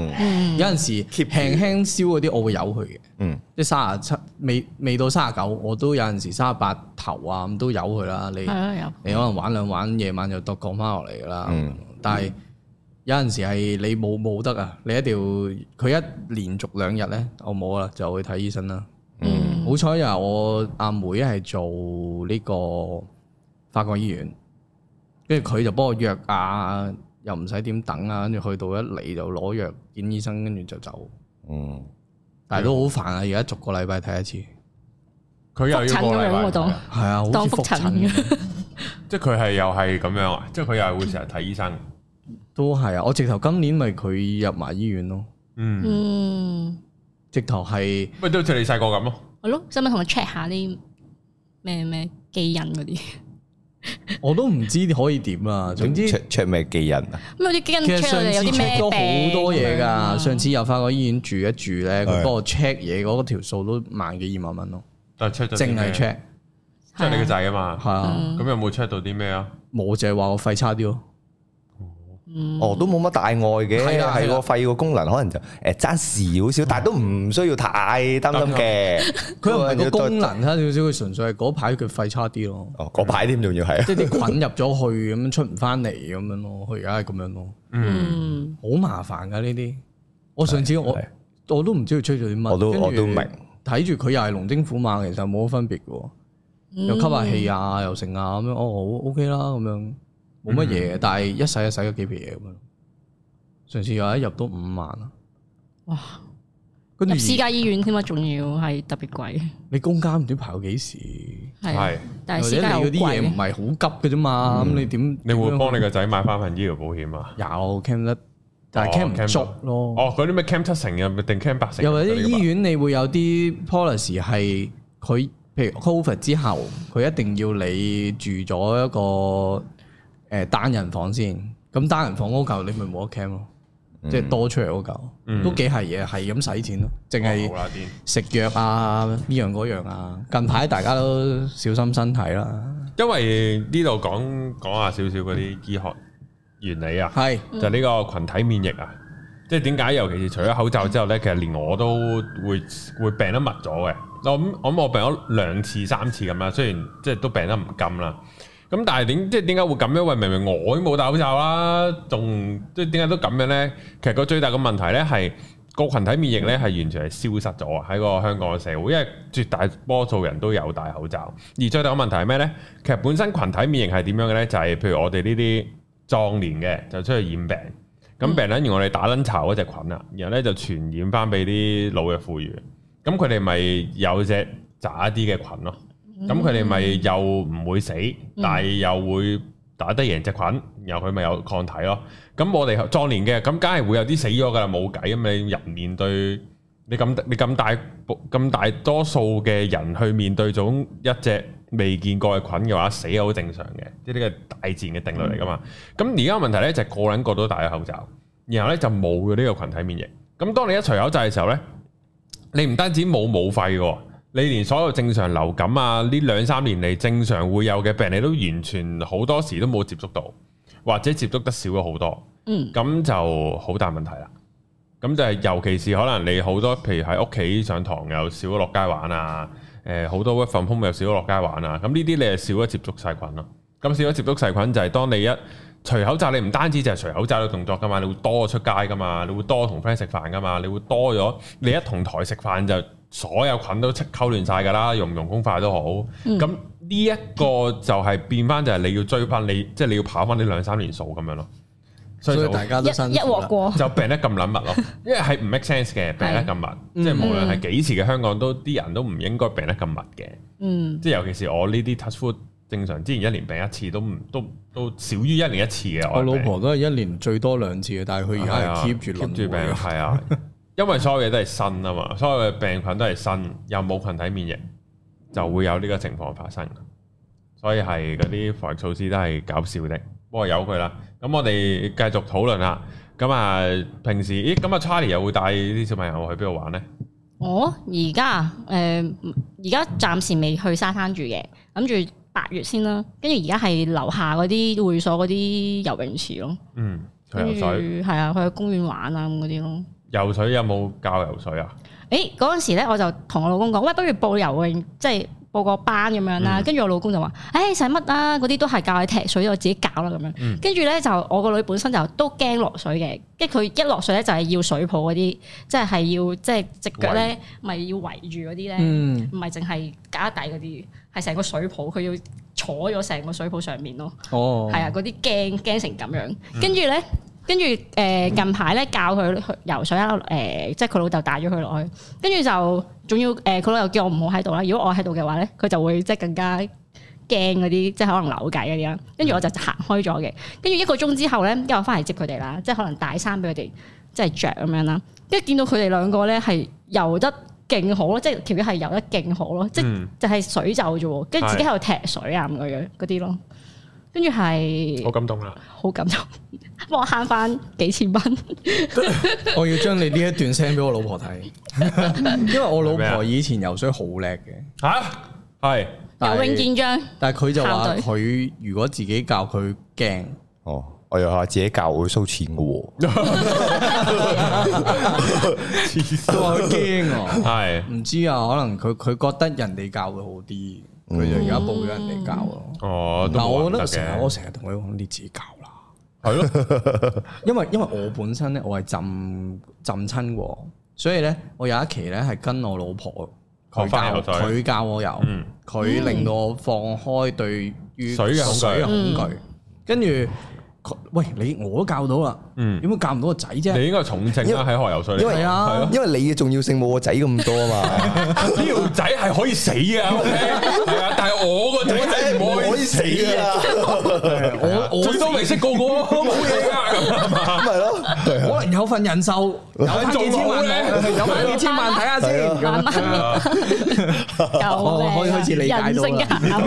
有陣時 keep 住輕輕燒嗰啲，我會由佢嘅。嗯即係三十七，未未到三十九，我都有陣時三十八頭啊，咁都由佢啦。你係啊有你可能玩兩玩，夜晚就度降翻落嚟噶啦。嗯但係有陣時係你冇冇得啊，你一定要佢一連續兩日咧，我冇啦，就去睇醫生啦。嗯好彩又係我阿妹係做呢個法國醫院，跟住佢就幫我約啊，又唔使點等啊，跟住去到一嚟就攞藥見醫生，跟住就走。嗯，但係都好煩啊！而家逐個禮拜睇一次，佢又覆要診過咁樣嚟我當睇，係啊，好當似覆覆診診嘅咁，即係佢係又係咁樣啊，即係佢又係會成日睇醫生。都係啊！我直頭今年咪佢入埋醫院咯，嗯，嗯直頭係喂，都好似你細個咁咯，係咯，使唔使同佢 check 下啲咩咩基因嗰啲？ *laughs* 我都唔知可以點啊！總之 check check 咩基因啊？咁有啲基因其實 check 上到你有次啲 check 咩咗好多嘢病咁樣啊㗎，上次又法國醫院住一住咧，係佢幫我 check 嘢嗰條數都萬幾二萬蚊咯，但係 check 咗啲淨咩係 check 即係你個仔啊嘛。係嗯啊，咁有冇 check 到啲咩啊？冇就係話我肺差啲咯，哦，都冇乜大礙嘅，嗯係啦係係個啦嗯肺個功能可能就誒爭少少，但係都唔需要太擔心嘅。佢又唔係不過個要功再能差啊少少，佢純粹係嗰排佢肺差啲咯，哦，嗰排添仲要係即係啲菌入咗去咁樣出唔翻嚟咁樣咯，佢而家係咁樣咯。嗯，好麻煩噶呢啲。我上次我係我都唔知佢吹咗啲乜，我哦都跟住我都明睇住佢又係龍精虎猛，其實冇乜分別嘅喎，嗯又吸下氣啊，又成啊咁樣，哦好 OK 啦咁樣，冇乜嘢嗯嘅，但係一洗就洗咗幾皮嘢咁樣。上次又一入都五萬啦，哇！跟住入私家醫院添啊，仲要係特別貴，你公家唔知排到幾時，嗯係啊係，但或係者私家好你嗰啲嘢唔貴，係好急嘅啫嘛，咁你點？嗯你會點樣幫你個仔買翻份醫療保險啊？有 cam 得，但哦係 cam 唔 cam 足到咯。哦，嗰啲咩 Cam 七成啊，定 Cam 八成啊？又或者嗰啲㗎嘛醫院你會有啲 policy 係佢，譬如 covid 之後，佢一定要你住咗一個誒、呃、單人房先，咁單人房嗰嚿你咪冇得 cam 咯，嗯即嗯係多出嚟嗰嚿，都幾係嘢，係咁使錢咯，淨係好啦癲。食藥啊呢樣嗰樣啊，近排大家都小心身體啦，因為呢度講講下少少嗰啲醫學原理啊，係就呢個群體免疫啊，即係點解？尤其是除咗口罩之後呢，其實連我都會會病得密咗嘅。我諗我諗我病咗兩次、三次咁啦，雖然即係都病得唔甘啦。咁但係點即係點解會咁樣？因為明明我都冇戴口罩啦，仲即係點解都咁樣呢？其實個最大嘅問題呢係個群體免疫呢係完全係消失咗啊！喺個香港嘅社會，因為絕大多數人都有戴口罩，而最大嘅問題係咩呢？其實本身群體免疫係點樣嘅呢？就係、譬如我哋呢啲壯年嘅就出去染病，咁病撚完我哋打撚巢嗰隻菌啦，然後呢就傳染翻俾啲老嘅婦孺，咁佢哋咪有隻渣啲嘅菌咯。咁佢哋咪又唔會死，但係又會打得贏隻菌，然後佢咪有抗體咯。咁我哋壯年嘅，咁梗係會有啲死咗噶啦，冇計咁你人面對你咁你咁大咁大多數嘅人去面對種一隻未見過嘅菌嘅話，死係好正常嘅，即係呢個大自然嘅定律嚟噶嘛。咁而家問題咧就係個撚個都戴咗口罩，然後咧就冇咗呢個群體免疫。咁當你一除口罩嘅時候咧，你唔單止冇武肺喎，你連所有正常流感啊，呢兩三年嚟正常會有嘅病，你都完全好多時都冇接觸到，或者接觸得少咗好多。嗯，咁就好大問題啦。咁就係尤其是可能你好多，譬如喺屋企上堂又少咗落街玩啊，誒、好多 work from home 又少咗落街玩啊。咁呢啲你係少咗接觸細菌咯。咁少咗接觸細菌就係當你一除口罩，你唔單止就係除口罩嘅動作噶嘛，你會多出街噶嘛，你會多同 friend 食飯噶嘛，你會多咗你一同台食飯就所有菌都溝亂晒噶啦，用唔用公筷都好。咁呢一個就係變翻就係你要追翻你，即係你要跑翻呢兩三年數咁樣咯。所以就大家一都辛一苦鑊啦。過，就病得咁撚密 *laughs* 咯，因為係唔 make sense 嘅病得咁密，嗯即係無論係幾時嘅香港都啲人都唔應該病得咁密嘅，嗯，即係尤其是我呢啲 touch food 正常之前一年病一次都唔都都少於一年一次嘅。我老婆都係一年最多兩次嘅，但係佢而家係 keep 住啊 keep 輪住病迴係啊，因為所有嘢都係新啊嘛，所有嘅病菌都係新，又冇群體免疫，就會有呢個情況發生。所以係嗰啲防疫措施都係搞笑的，不過由佢啦。咁我哋繼續討論啦。咁啊，平時咦，咁啊，Charlie 又會帶啲小朋友去邊度玩呢？我而家誒而家暫時未去沙灘住嘅，諗住八月先啦。跟住而家係樓下嗰啲會所嗰啲游泳池咯，嗯，去跟游住水，係啊，去公園玩啊咁嗰啲咯。游水有冇教游水啊？誒嗰陣時咧，我就同我老公講，喂，不如報游泳，即係報個班咁樣啦。嗯跟住、我老公就話：，誒使乜啊？嗰啲都係教你踢水，我自己搞啦咁嗯樣。跟住咧就我個女本身就都驚落水嘅，跟住佢一落水咧就係要水泡嗰啲，即係係要即係只腳咧咪要圍住嗰啲咧，嗯，唔係淨係架底嗰啲，係成個水泡，佢要坐咗成個水泡上面咯。哦，係啊，嗰啲驚驚成咁樣，跟住咧，跟住誒近排咧教佢去游水啦，誒、即係佢老豆帶咗佢落去，跟住就仲要誒呃佢、老豆叫我唔好喺度啦，如果我喺度嘅話咧，佢就會即係更加驚嗰啲，即係可能扭計嗰啲啦，跟住我就行開咗嘅，跟住一個鐘之後咧，因為我翻嚟接佢哋啦，即係可能帶衫俾佢哋即係着咁樣啦，跟住見到佢哋兩個咧係游得勁好咯，即係條魚係游得勁好咯，即係嗯，就係水袖啫喎，跟住自己喺度踢水啊咁樣嗰啲咯，跟住好係感啊動啦！好感動，幫我慳翻幾千蚊。我要將你呢一段 send 俾我老婆 *laughs* 睇，因為我老婆以前游水好叻嘅，吓，係但游泳係健將但係佢就話校隊佢如果自己教佢驚，哦，我又話自己教會收錢嘅喎，佢話佢驚啊，係唔知啊，可能佢佢覺得人哋教會好啲，佢就而家報咗人哋教咯。哦，都嗱，我冇覺得得成日我嘅，成日同佢講你自己教啦。係咯， *laughs* 因為因為我本身咧，我係浸浸親過，所以咧，我有一期咧係跟我老婆佢學翻教游水佢教我游嗯，佢、令到我放開對於水嘅恐懼水嘅恐嗯懼跟住佢喂你我都教到啦，嗯點解教唔到個仔啫？你應該重症啦，喺學游水嚟講，因為係啊係咯因為你嘅重要性冇我仔咁多啊嘛， *laughs* 呢條仔係可以死嘅，OK，係啊，但係我個仔仔唔可以死嘅，啊，我我最多咪識個個咯，冇嘢噶咁啊嘛。 *laughs* 咁咪咯，係係啊可能有份人壽， *laughs* 有翻幾千萬有 *laughs* 份攞，有翻幾千萬睇下先。啊係慢慢我可以開始理解到啦人性嘅冷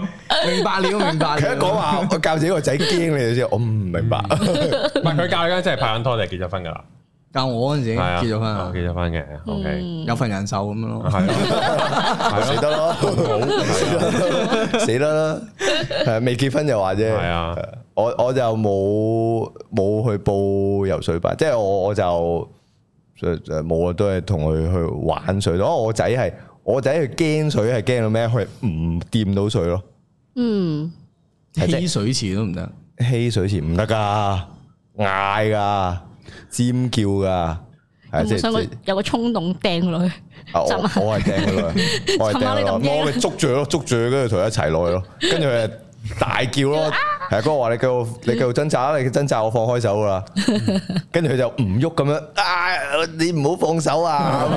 *laughs* 漠咁明白了，*laughs* 明白了。佢一講話我教自己個仔驚你哋先，我唔明白。唔係佢教你嗰陣真係拍緊拖定係結咗婚㗎啦？教我嗰陣時係啊，結咗婚哦啊，嗯結咗婚嘅，OK，嗯有份人壽咁樣咯。係啊，死得咯，死得啦！係啊未結婚就話啫。係啊，我我就冇冇去報游水班，即係我我就就就冇啊，都係同佢去玩水咯。哦我仔係我仔佢驚水係驚到咩？佢係唔掂到水咯，嗯，係即係嬉水池都唔得，嬉水池唔得噶，嗌噶，尖叫噶，有係啊即冇想過係。有個衝動掟落去？ *laughs* 啊我浸啊我係掟佢落去，我係浸掟佢落去，下你咁驚啊我咪捉住佢咯，捉住佢，跟住同佢一齊落去咯，跟住佢就大叫咯，係啊，嗰個話你繼續你繼續掙 *laughs* 扎啦，你掙扎我放開手噶啦，跟住佢就唔 *laughs* 喐咁樣，啊你唔好放手啊，咁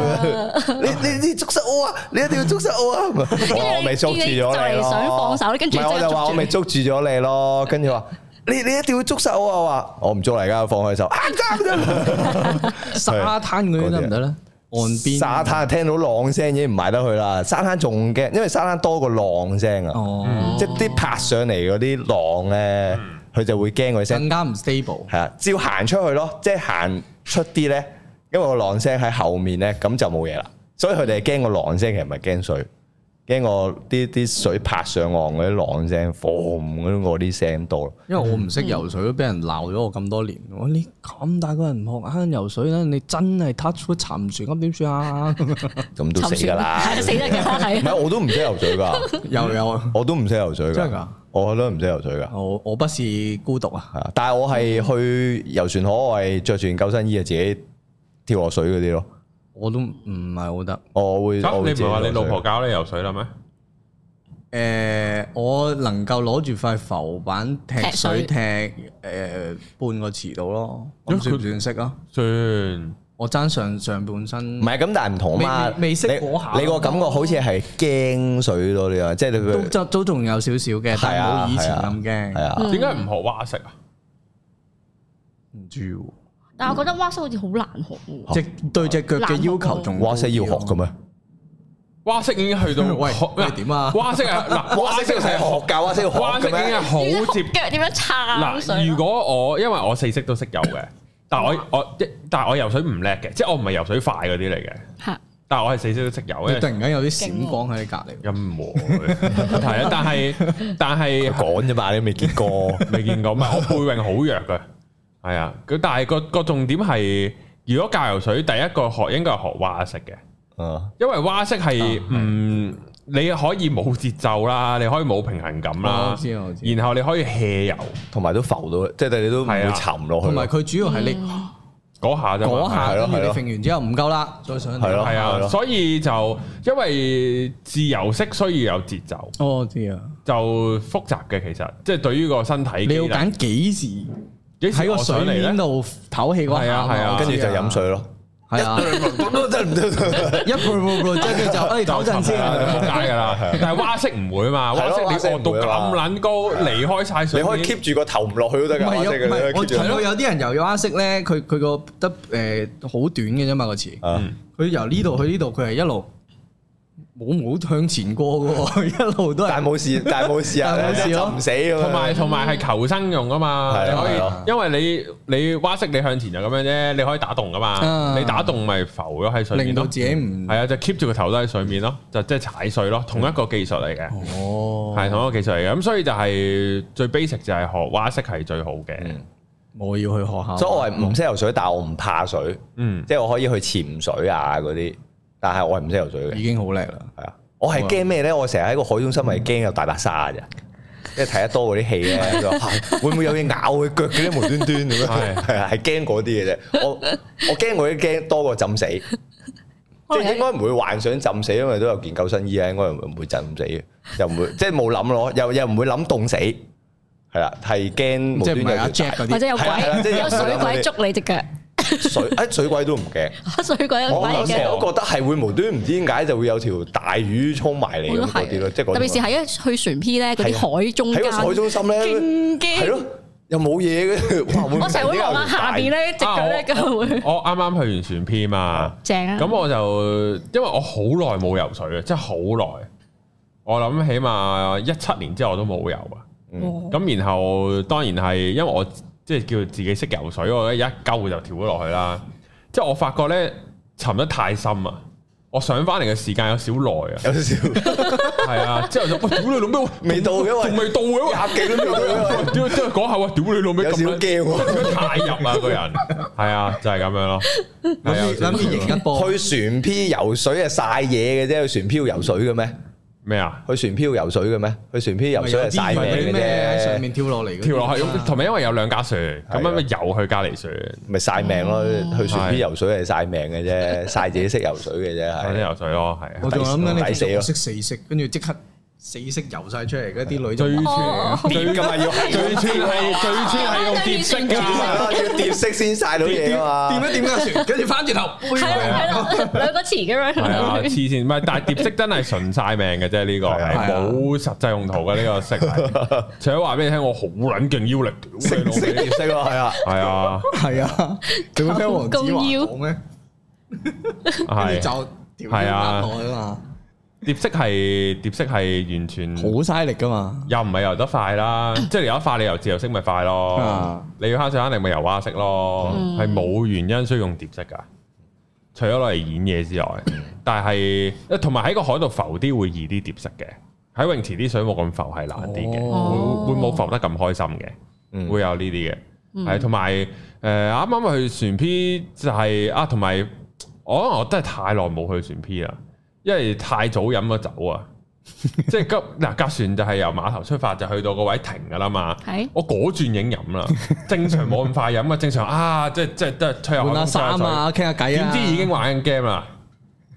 樣你你你捉實我啊，你一定要捉實我啊，咁跟住我你我咪捉住見咗佢你就咯，嚟想放手跟住即唔係刻我就話捉住我咪捉住咗你咯，跟住話。你你一定要捉實我啊！我話我唔捉嚟噶，放 *laughs* 開手。啊唔得唔得！沙灘嗰啲得唔得咧？岸邊啊沙灘聽到浪聲已經唔埋得去啦，沙灘仲驚，因為沙灘多過浪聲啊，哦，即係啲拍上嚟嗰啲浪咧，佢就會驚嗰啲聲，更加唔 stable。係啊，照行出去咯，即係行出啲咧，因為個浪聲喺後面咧，咁就冇嘢啦，所以佢哋係驚個浪聲，其實唔係驚水，驚個啲啲水拍上岸嗰啲浪聲，嘣嗰啲嗰啲聲多咯，因為我唔識游水，都俾人鬧咗我咁多年。我話你咁大個人唔學啱游水咧，你真係 touch wood 沉船咁點 *laughs* 算啊？咁都死噶啦，啊沉船係死得㗎， *laughs* 唔係係。我都唔識游水 *laughs* 㗎，又有啊！我都唔識游水㗎，真係㗎，我都唔識游水㗎。我我不是孤獨啊！係啊，但係我係去遊船河，我係着住救生衣啊，自己跳落水嗰啲咯。我都唔係好得。我會咁我你會唔自己係話你老婆落水教你游水啦咩？誒、我能夠攞住塊浮板踢踢水水踢誒、半個池度咯，咁咁算唔佢算識啊？算。我爭上上半身唔，係咁，但係唔同啊嘛未。未未識你嗰下你個感覺好似係驚水多啲啊，即係你都譬就都仲有少少嘅，係啊但冇以前係啊咁如驚係。啊，嗯點解唔學蛙式啊？唔知喎，但係我覺得蛙式好似好難學喎。隻對隻腳嘅要求仲蛙式要學咁嘅啊！咩？蛙式已經去到 *laughs* 喂學喂點啊蛙式啊， *laughs* 嗱，蛙式係學，教蛙式要蛙式已經係好接腳點樣撐啊嗱。水？如果我因為我四式都識游 *laughs* 嘅，但係我我一但係我游水唔叻嘅，即係我唔係游水快嗰啲嚟嘅，嚇但係我係四式都識游你突嘅。然間有啲閃光喺你隔離，音 *laughs* 和係啊，但係但係講啫嘛，你都未見過。 *laughs* 未見過，唔係我背泳好弱嘅，係啊。佢但係個個重點係，如果教游水，第一個學應該係學蛙式嘅，嗯，因為蛙式係唔你可以冇節奏啦，你可以冇平衡感我啦，知我知然後你可以 hea 游同埋都浮到，即係你都係唔會啊沉落去同咯。埋佢主要係你嗰下啫嘛。嗰下，係咯跟住你係咯揈完之後唔夠啦，再上嚟係咯係係啊，咯所以就因為自由式需要有節奏，哦我知啊，就複雜嘅其實，即係對於個身體你要機能揀幾時幾時喺個我上水嚟咧面度唞氣嗰係下啊嘛，係啊我知跟住就飲水 *laughs* 咯。係啊， *laughs* 一 pro pro pro，跟住就誒就唞陣先啦，啊。仆街噶 *laughs* 啦。但係蛙式唔會啊嘛，係蛙咯式你蛙式惡唔到會啊咁嘛撚高，離開晒水你面。可以 keep 住個啊頭唔落去都得唔㗎，係蛙有式唔係嘅。我係咯，咯，有啲人游蛙式咧，佢佢個得誒好短嘅啫嘛個池，嗯佢由呢度去呢度，佢係一路冇冇向前過嘅喎，一 *laughs* 路都但係係冇 *laughs* 事，但係冇事啊，但係冇事咯沉死咁樣。同埋同埋係求生用啊嘛，嗯係你啊可係以啊，因為你你蛙式你向前就咁樣啫，你可以打洞噶嘛，啊你打洞咪浮咗喺水面令到咯，自己唔係啊，就 keep 住個頭都喺水面咯，就即係踩水咯，同一個技術嚟嘅，哦，係同一個技術嚟嘅，咁所以就係最 basic 就係學蛙式係最好嘅，嗯我要去學校，所以我係唔識游水，但係我唔怕水，嗯，即係我可以去潛水啊嗰啲，但係我係唔識游水嗯嘅，已經好叻啦。係啊，我係驚咩咧？我成日喺個海中心係驚有大白鯊啫，即係睇得多嗰啲戲咧，就 *laughs* 話嚇會唔會有嘢咬佢腳嘅咧？無端端咁樣，係係啊係驚嗰啲嘅啫。我我驚嗰啲驚多過浸死，即係應該唔會幻想浸死，因為都有件救生衣啊，應該唔會浸死嘅，又唔會即係冇諗咯，又又唔會諗凍死，係啦，係驚無即端係端唔係阿有條 Jack 嗰或者啲，有鬼係啦係啦即係有有水鬼捉你只腳， *laughs* 水，誒水鬼都唔驚。水鬼有我鬼我成日嘅。都覺得係會無端唔知點解就會有條大魚衝埋我嚟都咁嗰啲係咯，啊，即係嗰啲特別是喺一去船 P 咧，嗰啲海中喺間，個海中心咧，勁驚係咯，又冇嘢嘅， *laughs* 哇！我成日會望下下邊咧，咧，只腳咧咁會我啱啱去完船 P 嘛，正啊！咁我就因為我好耐冇游水嘅，真係好耐。我諗起碼一七年之後我都冇游啊。哦咁然後當然係因為我即係叫自己識游水，我一鳩就跳咗落去啦。即係我發覺咧沉得太深啊，我上翻嚟嘅時間有少耐啊，有 *laughs* 少少係啊。之後就喂屌你老咩，喂 *laughs* 未到嘅仲喂，未到嘅喂廿幾都未到嘅喂， *laughs* 屌，即係講下喂，屌你老味咁有少少樣，驚喎。太入啊個 *laughs* 人，係啊，就係咁樣咯。係啊諗住諗住有少贏少一波，去船 P 游水係曬嘢嘅啫，去船 P 要游水嘅咩？咩啊？去船 P 要游水嘅咩？去船 P 游水係曬咪有啲命咩喺上嘅啫，面跳落嚟嗰啲，跳落去，咁同埋因為有兩架船，咁樣係咪游去隔離船，咪曬命咯。哦去船 P 係游水係曬命嘅啫，曬自己識游水嘅啫，睇啲係游水咯，係我啊。仲諗緊抵你死咯識四色，跟住即刻四色游晒出嚟，嗰啲女就最哦串最咁最啊要係串係最串係用疊式係㗎，要疊色先曬到嘢啊嘛。掂一掂架船，跟住翻轉頭， *laughs* 係哎呀啦係啦，兩個詞咁 *laughs* 樣。啊係啊，黐線，唔係，但係疊式真係純晒命嘅啫，呢個係係啊冇實際用途嘅呢個色係。啊除咗話俾你聽，我好撚勁腰力，色屌你老 *laughs* 色味疊色咯，係啊。係啊，係啊，仲有聽黃子華講咩？跟住係就掉啲壓落啊疊式係疊式係完全嘛，好嘥力噶嘛。又唔係游得快啦，即係游得快你游自由式咪快咯啊，你要慳水慳力咪游蛙式咯，係冇原因需要用疊式噶，除咗攞嚟演嘢之外，但係同埋喺個海度浮啲會易啲疊式嘅，喺泳池啲水冇咁浮係難啲嘅，哦會會冇浮得咁開心嘅，嗯會有呢啲嘅，係同埋誒啱啱去船 P 就係啊，同埋我可哦能我真係太耐冇去船 P 啦，因為太早飲咗酒啊。即係急嗱，架船就係由碼頭出發就去到個位停噶啦嘛。係我嗰轉影飲啦，正常冇咁快飲啊，正常啊，即係即係都係吹下換下風衫啊，，傾下吹偈下水點啊。知已經玩緊 game 啦。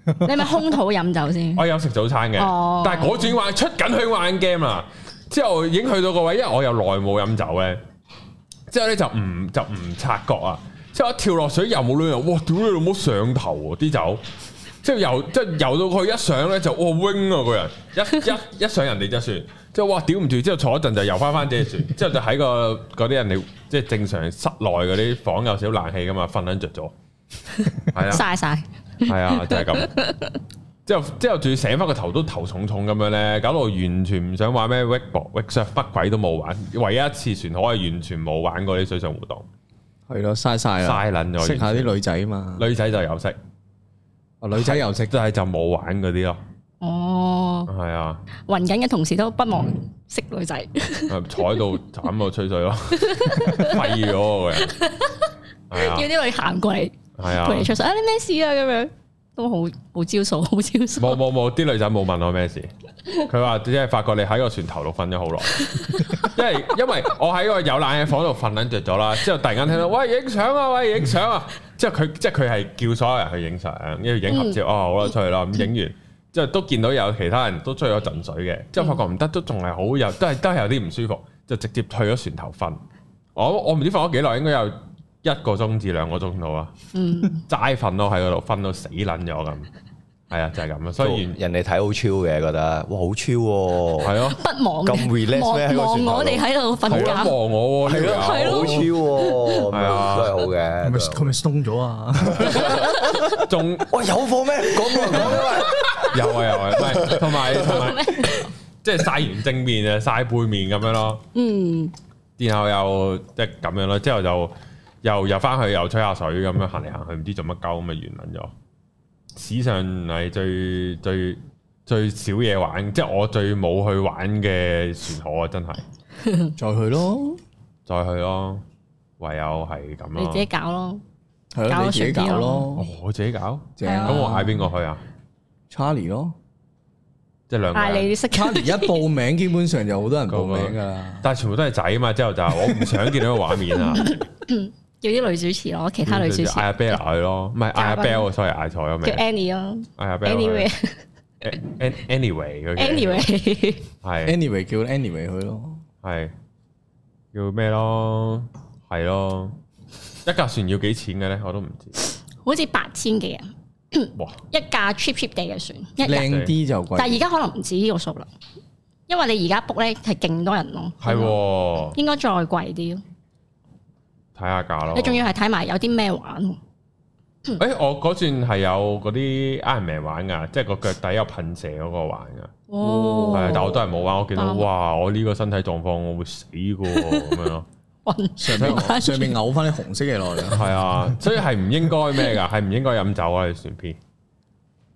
你咪空肚飲酒先。我有食早餐嘅，哦但係嗰轉玩出緊去玩緊 game 啦。之後已經去到個位，因為我又耐冇飲酒咧，之後咧就唔就唔察覺啊。之後一跳落水又冇女人，哇！屌你老母上頭喎、啲酒。之後游即係游到佢一上咧就哇 wing 啊個人，一一一上人哋隻船，之後哇屌唔住，之後坐一陣就游翻翻隻船，之後就喺個嗰啲人哋即係正常室內嗰啲房有少少冷氣噶嘛，瞓撚着咗，係啊。晒晒，系啊，就係咁。之後之後仲要醒翻個頭都頭重重咁樣咧，搞到我完全唔想玩咩 wakeboard、wake surf 乜鬼都冇玩，唯一一次船我係完全冇玩過啲水上活動，係咯，嘥晒啦，嘥撚咗。識下啲女仔嘛，女仔就有識，哦女仔又識，但係就冇玩嗰啲咯。哦，係啊，暈緊嘅同時都不忘識女仔，坐喺度慘到吹水 *laughs* 咯，廢咗我個人。係叫啊，啲女行過嚟係啊 *laughs* 陪，你出水啊！你咩事啊？咁樣都好好招數， *laughs* 好招數。冇冇冇，啲女仔冇問我咩事，佢話只係發覺你喺個船頭度瞓咗好耐，因為因為我喺個有冷氣房度瞓撚着咗啦，之後突然間聽到喂影相啊，喂影相啊，之後佢即係佢係叫所有人去影相，因為影合照，哦好啦出去啦，咁影完之後都見到有其他人都吹咗陣水嘅，之後發覺唔得，都仲係好有都係都係有啲唔舒服，就直接退咗船頭瞓。我我唔知瞓咗幾耐，應該有一個鐘至兩個鐘度啊，嗯，齋瞓咯喺嗰度，瞓到死撚咗咁，係啊就係咁啊，所以原人哋睇好超嘅，覺得哇好超喎，系咯，不忘咁 relax 咩望喺個望船頭我哋喺度好瞓撚覺，望我喎，咯，呢啊係好咯超喎，係啊都係好嘅。都係好咪鬆咗啊？個仲喂有貨咩？講冇人講嘅喂。有啊有啊，唔係同 *laughs* 埋同埋，即係晒完正面啊，晒背面咁樣咯，嗯，然後又即係咁樣咯，之後就又又翻去又吹下水咁樣行嚟行去，唔知做乜鳩咁啊，完撚咗。史上係最最最少嘢玩，即係我最冇去玩嘅船河啊，真係 *laughs* 再去咯，再去咯，唯有係咁啊你自己咯。搞咯，係搞咯，個你自己船搞啲哦咯，我自己搞，正係啊啊咁我嗌邊個去啊？ Charlie 咯即係兩個嗌人。你識，Charlie 一報名基本上就好多人報名噶啦。但係全部都係仔嘛，之後 *laughs* 就係我唔想見到個畫面啊，嗯叫啲女主持咯，其他女主就持嗌阿 Bella 去咯，唔 *laughs* 係嗌阿嘉賓 Bell，sorry 嗌錯咗叫名，嗌 Annie 咯阿 Bella 去。 ，Anyway An- an- anyway 嗰啲 Anyway， *laughs* 係 Anyway 叫 Anyway 去咯，係要咩咯？係咯，一架船要幾錢嘅咧？我都唔知。好似八千幾啊，哇！一架 cheap cheap 地嘅船，一日靚啲就貴。但係而家可能唔止呢個數啦，因為你而家 book 咧係勁多人咯，係喎，應該再貴啲咯。睇下價咯。你仲要係睇埋有啲咩玩喎，诶、我嗰轉係有嗰啲 Iron Man 玩噶，即係個腳底有噴射嗰個玩噶。係啊哦，但我都係冇玩。我見到啱哇，我呢個身體狀況我會死噶咁樣咯。 *laughs* 上面上面嘔翻啲紅色嘅落嚟，係啊，所以係唔應該咩㗎？係唔應該飲酒啊？你船 P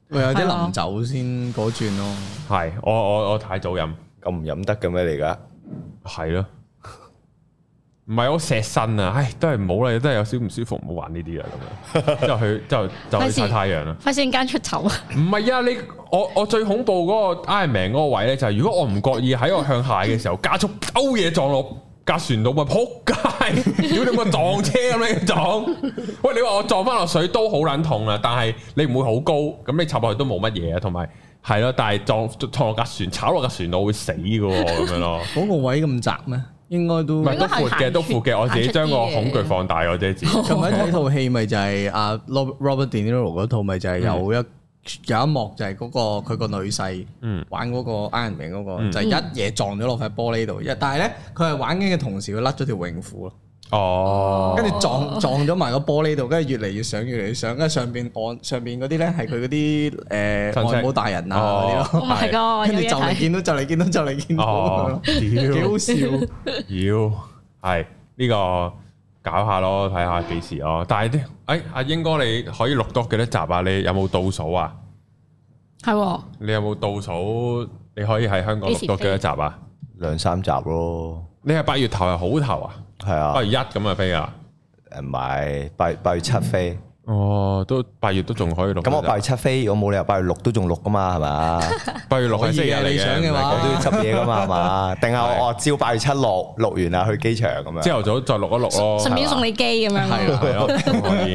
咪有啲臨走先嗰轉咯。係我我我太早飲，咁唔飲得嘅咩嚟噶？係咯。唔係我錫身啊，唉，都係唔好啦，都係有少唔舒服，唔好玩呢啲啊咁樣。之後去之後就去費事曬太陽啦。忽然間出醜，唔係啊，你我我最恐怖嗰個 Iron Man 嗰個位咧，就係、如果我唔覺意喺我向下嘅時候加速，勾嘢撞落架船度，咪撲 *laughs* 街！屌你個撞車咁樣撞，喂你話我撞翻落水都好撚痛啊，但係你唔會好高，咁你插落去都冇乜嘢啊，同埋係咯，但係撞撞落架船，炒落架船我會死嘅喎，咁樣 *laughs* 咯。嗰個位咁窄咩？應該都唔係都應該係闊嘅，都闊嘅，我自己將個恐懼放大我啫，自己 *laughs* 近排睇套戲咪就係阿 Rob- Robert De Niro 嗰套咪就係有一有一幕就係嗰個佢個女婿嗯玩嗰個 Iron Man 嗰個嗯就係一嘢撞咗落塊玻璃度，一但係咧佢係玩緊嘅同時佢甩咗條泳褲咯，哦， *laughs* 跟住撞撞咗埋個玻璃度，跟住越嚟越上越嚟越上，跟住上邊岸上邊嗰啲咧係佢嗰親啲誒戚外母大人啊嗰哦啲咯， Oh my god，跟有嘢住就嚟睇，見到就嚟見到就嚟見到咁樣哦咯，，幾屌好！笑。妖，系呢、個搞下咯，睇下幾時咯。但係啲，诶、阿英哥你可以錄多幾多集啊？你有冇倒數啊？係喎，你有冇倒數？你可以喺香港錄多幾多集啊？兩三集咯，你係八月頭係好頭啊？係啊八，月一咁啊飛啊？誒唔係八八月七飛，哦，都八月都仲可以錄。咁我八月七飛，我冇理由八月六都仲錄噶嘛，*laughs* 係嘛？八月六係星期日嚟可以嘅你想嘅話唔係嘅我啊都要執嘢噶嘛，係嘛？定係我我照八月七落錄完啦，去機場咁樣。朝頭早再錄一錄咯。啊順便送你機咁樣係喎，啊係咯，咁可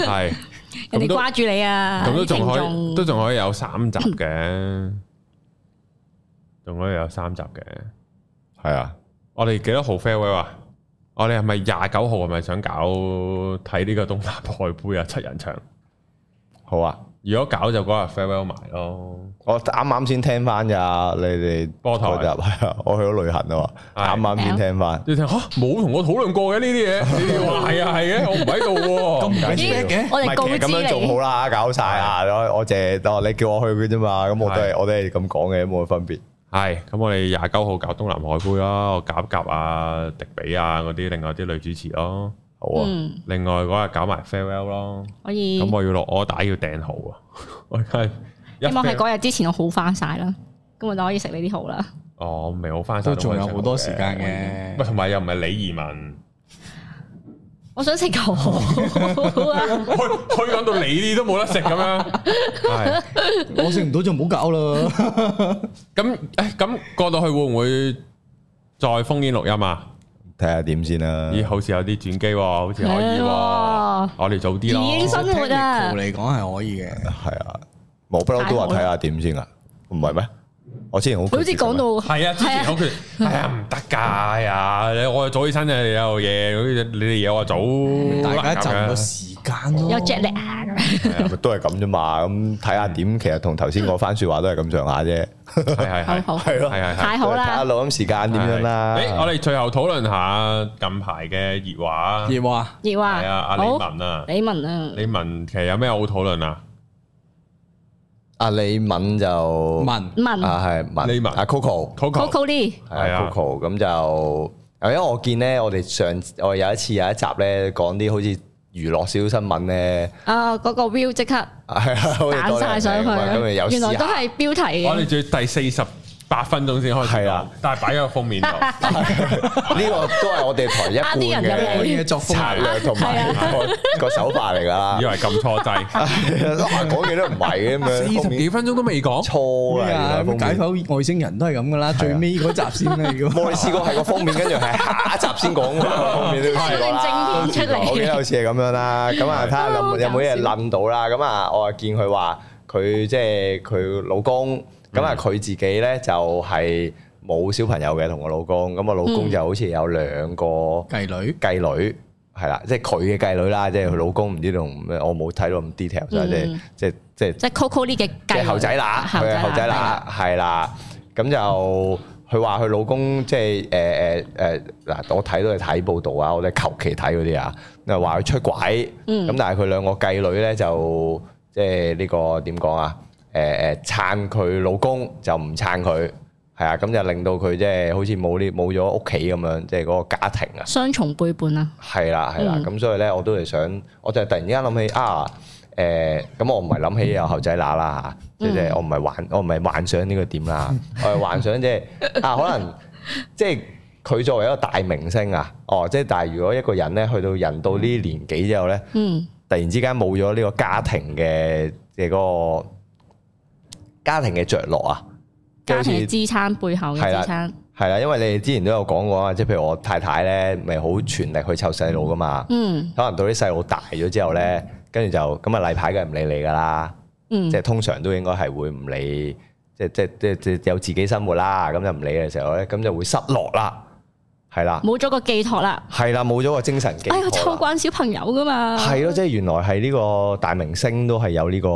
以 *laughs* 係人哋咁都掛住你啊，咁都仲可啲聽以，眾都仲可以有三集嘅，仲可以有三集嘅。係啊，我哋幾多號 farewell 啊？我哋係咪廿九號係咪想搞睇呢個東亞賽杯啊？七人場，好啊。如果搞就嗰日 farewell 埋咯。我啱啱先聽翻咋，你哋波台嗰集 *laughs* 係啊，我去咗旅行啊嘛，係啱啱先聽啊翻。你聽吓冇同我討論過嘅呢啲嘢，你哋話係啊係嘅，我唔喺度喎。咦緊咩嘅我唔哋係告其實知咁樣仲好你，啦，搞晒啊！我我借我你叫我去嘅啫嘛，咁我都係係我都係咁講嘅，冇乜分別。係咁，我哋廿九號搞東南海杯啦，我夾一夾啊迪比啊嗰啲，另外啲女主持咯，好啊，嗯，另外嗰日搞埋 farewell 咯。可以咁，我要落 order 要訂號啊！我而家一希望喺 farewell- 嗰日之前我好翻晒啦，咁我就可以食你啲好啦。哦，未好翻都仲有好多時間嘅喂，。同埋又唔係李二文。我想食 *laughs* 牛河啊！去去講到你啲都冇得食咁樣，係我食唔到就唔好搞啦。 *laughs* 咁誒咁過到去會唔會再封煙錄音啊？睇下點先啦。咦，好似有啲轉機喎，好似可以係啊喎，喎我哋早啲已經咯。生活啊 Technical 嚟講係可以嘅，係啊，我不嬲都話睇下點先啊，唔係咩？我之前好好似講到係啊，之前有佢，哎呀唔得㗎，哎呀，你我早起身啊，有嘢，好似你哋嘢我早，大家就難個搞㗎時間咯。有 jet lag 啊咁樣，咪都係咁啫嘛。咁睇下點，其實同頭先嗰番説話都係咁上下啫。係係係好好係啊咯，係係係。太啊好睇下啦！錄音時間點樣啦。誒，我哋最後討論下近排嘅熱話，葉話葉係啊，啊，阿李好文啊，李文啊，李文其實有咩好討論啊？阿李敏就文文啊係敏，李敏阿 Coco。 Coco Coco Lee 係係啊啊，Coco 咁就，因為我見咧，我哋上我有一次有一集咧講啲好似娛樂小新聞咧，啊，嗰個 view 即刻係啊， *laughs* 好似彈多晒上去靚靚啊，咁咪有原來試都下係標題我嘅哋，仲要第四十八分鐘先開始係講啊，但係擺咗個封面度，呢個都係我哋台一啱呃啲人我入貫嚟哎啊嘅作嘅策風略同埋個個手法嚟㗎啦以。為撳錯 *laughs* 掣，哇講啊嘢都唔係嘅咁樣，封面分鐘都未講，錯啦，啊原來封啊咁解面。啊剖外星人都係咁噶啦，最尾嗰集先啦。如我 *laughs* 果哋試過係個封面，跟住係下一集先講㗎 *laughs* 嘛，封面都試過啦。正片出嚟我記得好似係咁樣啦。*laughs* 咁啊，睇下有好搞笑冇有冇嘢諗到啦。咁啊，我啊見佢話佢即係佢老公，咁嗯啊佢自己咧就係冇小朋友嘅，同我老公。咁我啊老嗯公就好似有兩個繼女繼女。係啦，即係佢嘅繼女啦，即係佢老公唔知同咩，我冇睇到咁 detail，即係嗯即係即係即係 Coco Lee 嘅即係繼後仔乸，後佢係仔後仔乸乸，係啦。咁就佢話佢老公即係誒誒誒嗱，我睇到係睇報道啊，我哋求其睇嗰啲啊，又話佢出軌，咁、嗯但係佢兩個繼女咧就即係呢個點講啊？誒誒撐佢老公就唔撐佢，係啊，咁就令到佢即係好似冇呢冇咗屋企咁樣，即係嗰個家庭啊。雙重背叛啊，係啦，係啦，咁、所以咧，我都係想，我就係突然之間諗起啊，誒、咁我唔係諗起有後仔乸啦嚇，即係、我唔係幻，我唔係幻想呢個點啦，我係幻想即係啊，可能即係佢作為一個大明星啊，哦，即係但係如果一個人咧去到人到呢啲年紀之後咧，嗯突然之間冇咗呢個家庭嘅嘅嗰個家庭嘅着落啊，即家係好似庭嘅支撐背後嘅係啦支撐，係啦，因為你哋之前都有講過啊，即係譬如我太太咧，咪好全力去湊細路噶嘛。嗯可能到啲細路大咗之後咧，跟住就咁啊例牌梗係唔理你噶啦，嗯即係通常都應該係會唔理，即即即即有自己生活啦，咁就唔理嘅時候咧，咁就會失落啦，係啦，冇咗個寄託啦。係啦，冇咗個精神寄嗯哎呀，湊託啦，慣小朋友噶嘛，係啊咯，即係原來係呢個大明星都係有呢個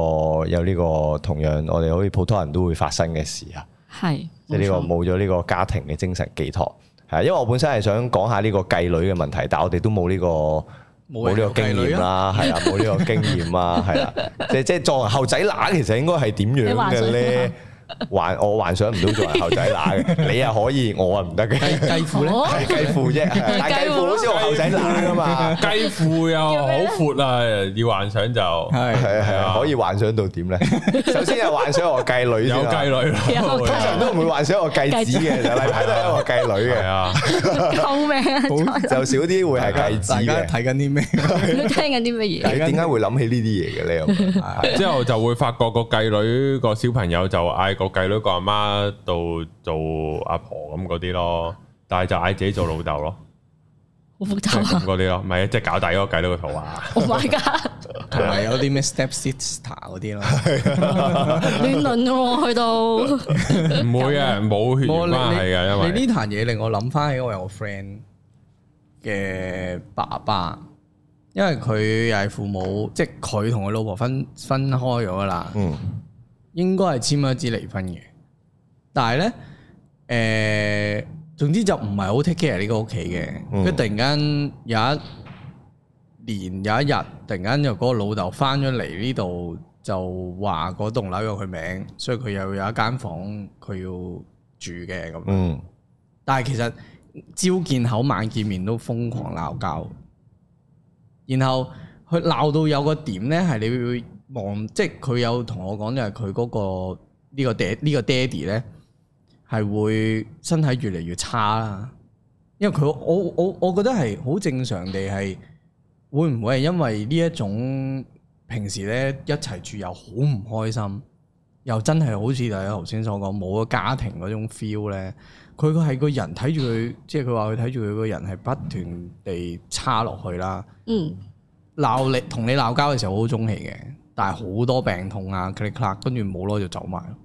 有呢個同樣我哋好似普通人都會發生嘅事啊。係即係呢個冇錯冇咗呢個家庭嘅精神寄託，係啊因為我本身係想講下呢個繼女嘅問題，但係我哋都冇呢個冇冇呢個經驗啦，係啦，啊冇呢個經驗啦，係啦，即係即係作為後仔乸，其實應該係點你樣幻想嘅一咧下？幻我幻想唔到作為後仔乸嘅，你又可以，我啊唔得嘅， *laughs* 繼繼父咧，哦係啊繼父啫，係但係繼父好似我後仔乸啊噶嘛，雞褲又好闊啊，要幻想就係係係係啊係可以幻想到點咧？首先係幻想我繼女有先雞啦，女啊咯，有會通常都唔會幻想我繼子嘅，就例牌都係我繼女係嘅。啊，救命啊！ *laughs* 就少啲會係繼子大家嘅。睇緊啲咩？你都聽緊啲乜嘢？你點解會諗起呢啲嘢嘅咧？又 *laughs* 係之後就會發覺個繼女個小朋友就嗌個繼女個阿媽度做阿婆咁嗰啲咯，但係就嗌自己做老豆咯，好複即係雜咁啊嗰啲咯，唔係即係搞大嗰個繼女個肚啊， ！Oh my *laughs* god！同埋有啲咩 step sister 嗰啲咯。亂倫喎，去到 *laughs* 唔會啊，冇血緣我你關係嘅，因為你呢壇嘢令我諗翻起我有個 friend 嘅爸爸，因為佢又係父母，即係佢同佢老婆分分開咗啦，嗯應該係簽咗一紙離婚嘅。但係咧，誒、總之就唔係好 take care 呢個屋企嘅。嗯跟住、突然間有一年有一日，突然間就嗰個老豆翻咗嚟呢度，就話嗰棟樓有佢名，所以佢又有一間房佢要住嘅咁。嗯但係其實朝見口晚見面都瘋狂鬧交，然後佢鬧到有個點咧，係你會望，即係佢有同我講就係佢嗰個呢個爹呢、個爹哋咧係會身體越嚟越差啦，因為佢我我我覺得係好正常地係會唔會係因為呢一種平時咧一齊住又好唔開心，又真係好似大家頭先所講冇咗家庭嗰種 feel 咧。佢個係個人睇住佢，即係佢話佢睇住佢個人係不斷地差落去啦。嗯鬧你同你鬧交嘅時候好中氣嘅，但係好多病痛啊 click click，跟住冇耐就走埋咯。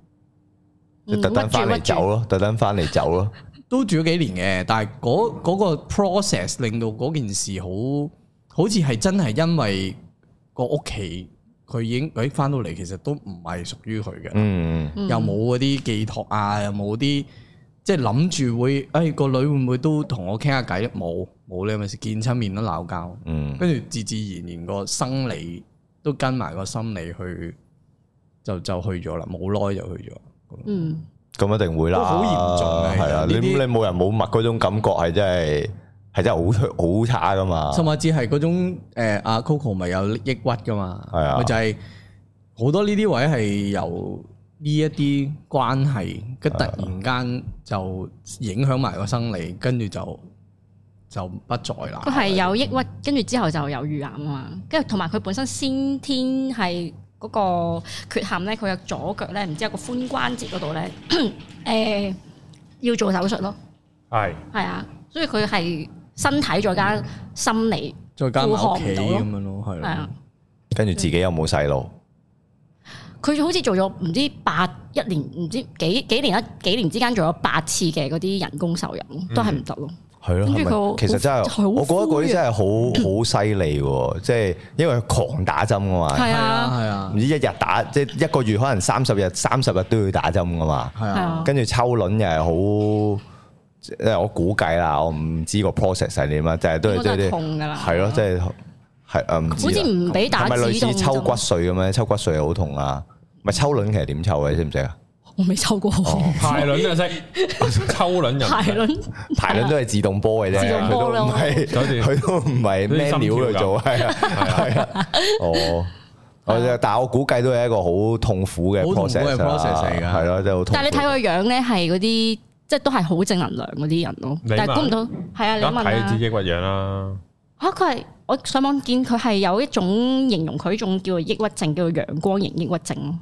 即嗯係特登翻嚟走咯，特登翻嚟走咯。都住咗幾年嘅，但係嗰嗰個 process 令到嗰件事好好似係真係因為個屋企佢已經誒翻到嚟，其實都唔係屬於佢嘅。嗯，嗯又冇嗰啲寄託啊，又冇啲即係諗住會，誒、哎、個女會唔會都同我傾下偈咧？冇冇你咪見親面都鬧交，嗯跟住自自然然個生理都跟埋個心理去，就就去咗啦，冇耐就去咗。嗯咁一定會啦，都好嚴重啊係啊！其你實呢啲你冇人冇物嗰種感覺係真係係真係好好差噶嘛。甚至係嗰種誒阿 Coco 咪有抑鬱噶嘛，係啊咪就係好多呢啲位係由呢一啲關係，跟突然間就影響埋個生理，跟住就就不在啦。佢係有抑鬱，跟住之後就有乳癌啊嘛，跟住同埋佢本身先天係嗰個缺陷咧，佢嘅左腳咧，唔知有個髋關節嗰度咧， *clears throat* 誒要做手術咯，係係啊，所以佢係身體再加心理，再加埋屋企負荷唔到咯咁樣咯，係係啊咯。，跟住自己又冇細路，佢好似做咗唔知八一年，唔知幾幾年一幾年之間做咗八次嘅嗰啲人工受孕，都係唔得咯，係跟咯，住係咪佢好其實真好係，好我覺得嗰灰啊啲真係好好犀利喎，即係因為佢狂打針噶嘛，係係啊啊，係啊唔，知一日打即係一個月可能三十日，三十日都要打針噶嘛，係係啊啊，跟住抽輪又係好，即係我估計啦，我唔知個 process 係點啦，啊就係都係應該即都係係啲啊痛㗎啦係咯，即係係誒唔知好啦似唔俾打係咪止類痛似針啊抽骨髓咁樣？抽骨髓好痛啊！咪抽輪其實點抽嘅？你識唔識啊？哦我未抽過，排卵就識，抽卵又唔排識卵 *laughs* 排卵都係自動波嘅啫，自動佢波都唔咯係，搞掂佢都唔係啲咩料心跳去㗎做，係 *laughs* 啊，係啊，哦。我就但係我估計都係一個好痛苦嘅好痛苦嘅 process 啦 process 嚟㗎係咯，真係好痛苦。但係你睇佢樣咧，係嗰啲即係都係好正能量嗰啲人咯。你但係嘛估唔到，係啊，你一問睇啦知抑鬱樣啦，嚇佢係我上網見佢係有一種形容佢一種叫做抑鬱症，叫做陽光型抑鬱症咯。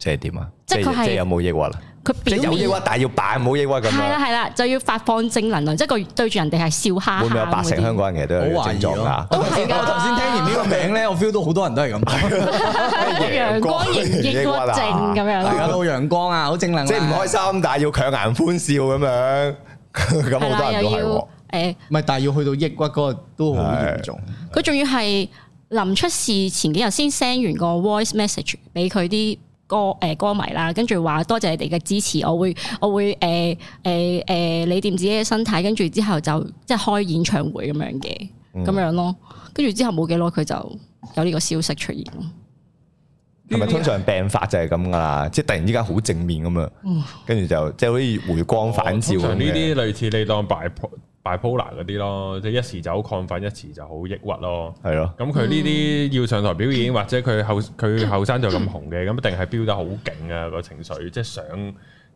即係點啊？即係佢係即係有冇抑鬱啊？佢即係表有抑面鬱，但係要扮冇抑鬱咁啊係啦樣。係啦，就要發放正能量，即係佢對住人哋係笑哈哈會唔會有八咁嗰成啲香港人其實都有呢個好懷症疑狀咯㗎？。都我頭先係㗎我頭先聽完呢個名咧，我 feel 到好多人都係咁，陽光型抑鬱症咁樣大家咯，都好陽光啊，好正能量，即係唔開。心，但係要強顏歡笑咁樣，咁係好啦，多人都又係喎要。誒，唔係，但係要去到抑鬱嗰個都好嚴重。佢仲要係臨出事前幾日先 send 完個 voice message 俾佢啲歌誒歌迷啦，跟住話多謝你哋嘅支持，我會我會誒誒誒理掂自己嘅身體，跟住之後就即係開演唱會咁樣嘅，嗯咁樣咯，跟住之後冇幾耐佢就有呢個消息出現咯。係咪通常病發就係咁噶啦？即係突然之間好正面咁啊，哦跟住就即係好似回光返照哦通咁常呢嘅。啲類似你當 bipo- bipolar 嗰啲咯，即係一時就好亢奮，一時就好抑鬱咯。係咯，咁佢呢嗯啲要上台表演，或者佢後佢後生就咁紅嘅，咁一定係飆得好勁啊個情緒，即係想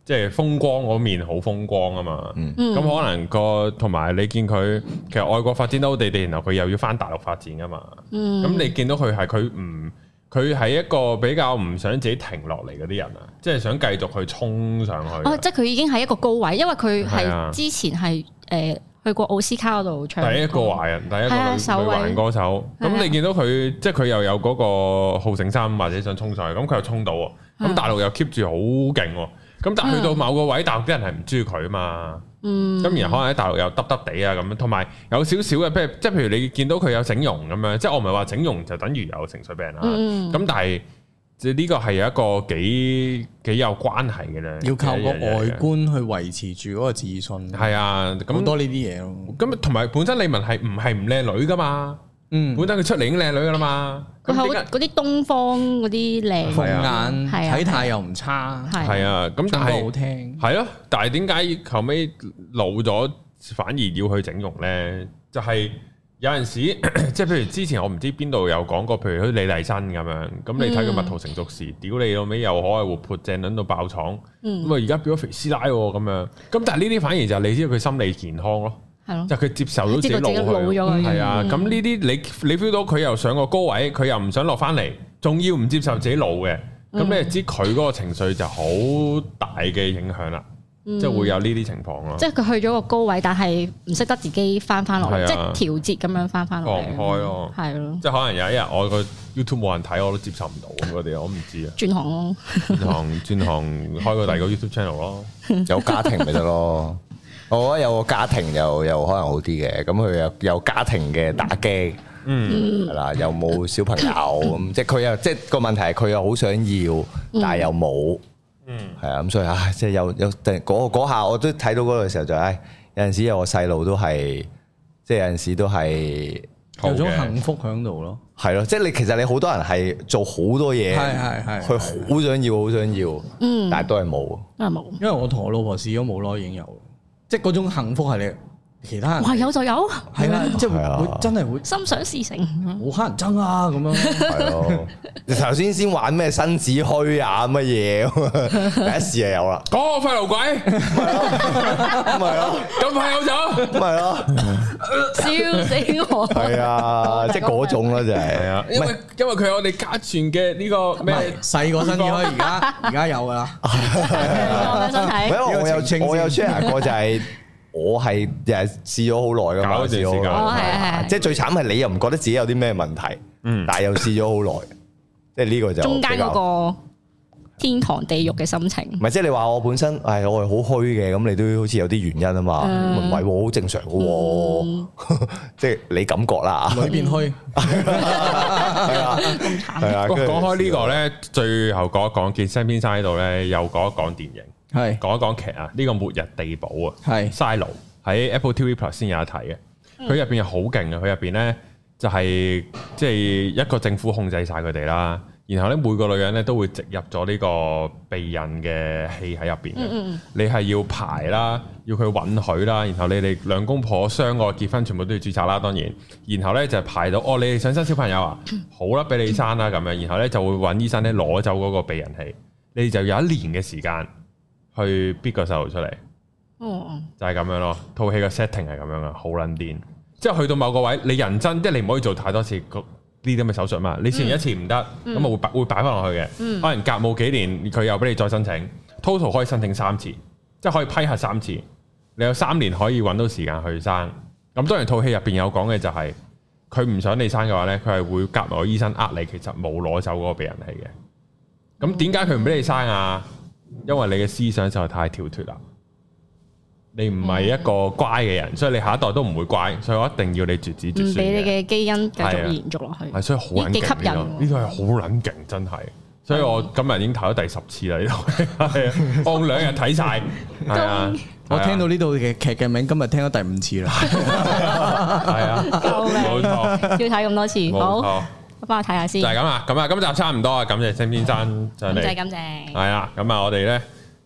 即係風光嗰面好風光啊嘛。嗯咁、嗯可能個同埋你見佢其實外國發展得好地地，然後佢又要翻大陸發展噶嘛。咁、嗯你見到佢係佢唔佢係一個比較唔想自己停落嚟嗰啲人啊，即係想繼續去衝上去啊。哦，即係佢已經係一個高位，因為佢係啊係之前係誒、呃去過奧斯卡嗰度唱歌。第一個華人，第一個係啊女首女位華人歌手。係啊咁你見到佢，即係佢又有嗰個好勝心，或者想衝上去，咁佢又衝到喎。嗯咁大陸又 keep 住好勁喎。咁但係去到某個位，大陸啲人係唔中意佢啊嘛。嗯，咁然後可啊能喺大陸又耷耷地啊咁，同埋有少少嘅，譬如即係譬如你見到佢有整容咁樣，即係我唔係話整容就等於有情緒病啦。啊嗯咁但係即係呢個係有一個幾幾有關係嘅咧，要靠個外觀去維持住嗰個自信，係啊。咁好多呢啲嘢咯。咁同埋本身李文係唔係唔靚女噶嘛？嗯，本身佢出嚟已經靚女噶啦嘛，佢咁好點解？嗰啲東方嗰啲靚鳳係啊眼係啊體態又唔差，係係啊，咁但唱歌好係聽。係咯，但係點解後尾老咗反而要去整容咧？就係、有陣時， *clears throat* 即係譬如之前我唔知邊度有講過，譬如好似李麗珍咁樣，嗯咁你睇佢蜜桃成熟時，屌你老尾又可愛活潑，正撚到爆廠，嗯咁啊而家變咗肥師奶喎咁樣，咁但係呢啲反而就係你知道佢心理健康咯。嗯係咯就。佢接受到自己知道老自己老去，啊嗯咗係啊，咁呢啲你你 feel 到佢又上個高位，佢又唔想落翻嚟，仲要唔接受自己老嘅，咁你就知佢嗰個情緒就好大嘅影響啦，即係會有呢啲情況咯即，係佢去咗個高位，但係唔識得自己翻翻落係嚟，即啊係調節咁樣翻翻落放唔嚟。開咯，係咯，，即係可能有一日我個 YouTube 冇人睇，我都接受唔到咁嗰啲，我唔知啊轉行咯。轉 *laughs* 行轉行開個第二個 YouTube channel 咯，有家庭咪得 *laughs* 咯。我覺得有個家庭又又可能好啲嘅，咁佢有有家庭嘅打擊，嗯，係啦，又冇小 *coughs* 朋友咁，即係佢又即係個問題係佢又好想要，但係又冇，嗯，係啊，咁所以唉，即係有有突然嗰嗰下我都睇到嗰度嘅時候就唉，有陣時有個細路都係，即係有陣時都係。好有種嘅幸福喺度咯，係咯，即係你其實你好多人係做好多嘢，係係係佢好想要，好想要，嗯但係都係冇。因為冇，因為我同我老婆試咗冇耐已經有，即係嗰種幸福係你其他人哇有就有，係啦，即係係啊會會真係會心想事成。好乞人憎啊咁樣，係咯，你頭先先玩咩新子虛啊乜嘢咁啊， *laughs* 第一次就有啦，講我廢 *laughs* 路鬼，咁咪咯，咁快有咗，咁咪咯，笑死我！係啊， *laughs* 即係嗰種咯，就係係啊，因為因為佢係我哋家傳嘅呢個 *laughs* 咩咩？細個身啲啦，而 *laughs* 家而家有噶啦，我嘅身 *laughs* 唔體，係因為我呢個澄清有先我有 share 過就係。我係又係試咗好耐噶嘛，搞一段時間試咗好耐哦係係係即係最慘係你又唔覺得自己有啲咩問題，嗯但係又試咗好耐，即係呢個就中間比較嗰個天堂地獄嘅心情。唔係即係你話我本身係我係好虛嘅，咁你都好似有啲原因啊嘛，嗯唔係喎，好正常嘅喎， *laughs* 即係你感覺啦，裏邊虛，係啊，咁慘，係啊。喂，跟住哦講開呢個咧，最後講一講，見 Sam 先生喺度咧，又講一講電影，係講一講劇啊，呢個《末日地堡》啊。係 Silo 喺 Apple TV Plus 先有得睇嘅。佢入邊好勁啊嘅，佢入邊咧就係即係一個政府控制晒佢哋啦。然後咧每個女人咧都會植入咗呢個避孕嘅器喺入邊嘅。你係要排啦，要佢允許啦，然後你哋兩公婆相愛結婚，全部都要註冊啦，當然。然後咧就排到哦，你哋想生小朋友啊，好啦，俾你生啦咁樣。然後咧就會揾醫生咧攞走嗰個避孕器，你哋就有一年嘅時間去逼個細路出嚟。哦，就係咁樣咯。套戲嘅 setting 係咁樣啊，好撚癲。即係去到某個位，你人真即係你唔可以做太多次個呢啲咁嘅手術嘛。你試完一次唔得，咁啊會擺會擺翻落去嘅。可能隔冇幾年佢又俾你再申請，total 可以申請三次，即係可以批核三次。你有三年可以揾到時間去生。咁當然套戲入邊有講嘅就係、佢唔想你生嘅話呢，佢係會夾埋個醫生呃你，其實冇攞走嗰個避孕器嘅。咁點解佢唔俾你生啊？因為你嘅思想實在太跳脱啦。你唔係一個乖嘅人，所以你下一代都唔會乖，所以我一定要你絕子絕唔孫俾你嘅。嘅基因繼係啊續延續落去。係，所以好撚幾吸勁引呢喎啊個，呢個係好撚勁，真係。所以我今日已經睇咗第十次啦，呢度 *laughs* 係啊，我用兩日睇晒。係啊，我係啊聽到呢度嘅劇嘅名，今日聽咗第五次啦。 *laughs* 係啊，救命冇錯。要睇咁多次，冇好，錯，我幫我睇下先就。係咁啦。咁啊，今集差唔多啊，感謝星先生上咁就係嚟，咁正係。啦。咁啊，我哋咧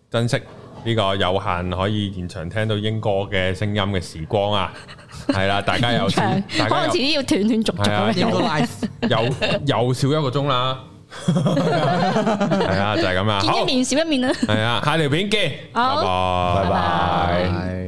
珍惜呢個有限可以現場聽到英哥嘅聲音嘅時光啊，係 *laughs* 啦，大家有長，大可家能遲有啲要斷斷續係啊續咁 *laughs* 英樣國 live *laughs* 有有少一個鐘 *laughs* 啦，係啊，就係咁啊，見好一，面少一面啦。係啊，下條片見，啊好拜拜拜拜。拜係。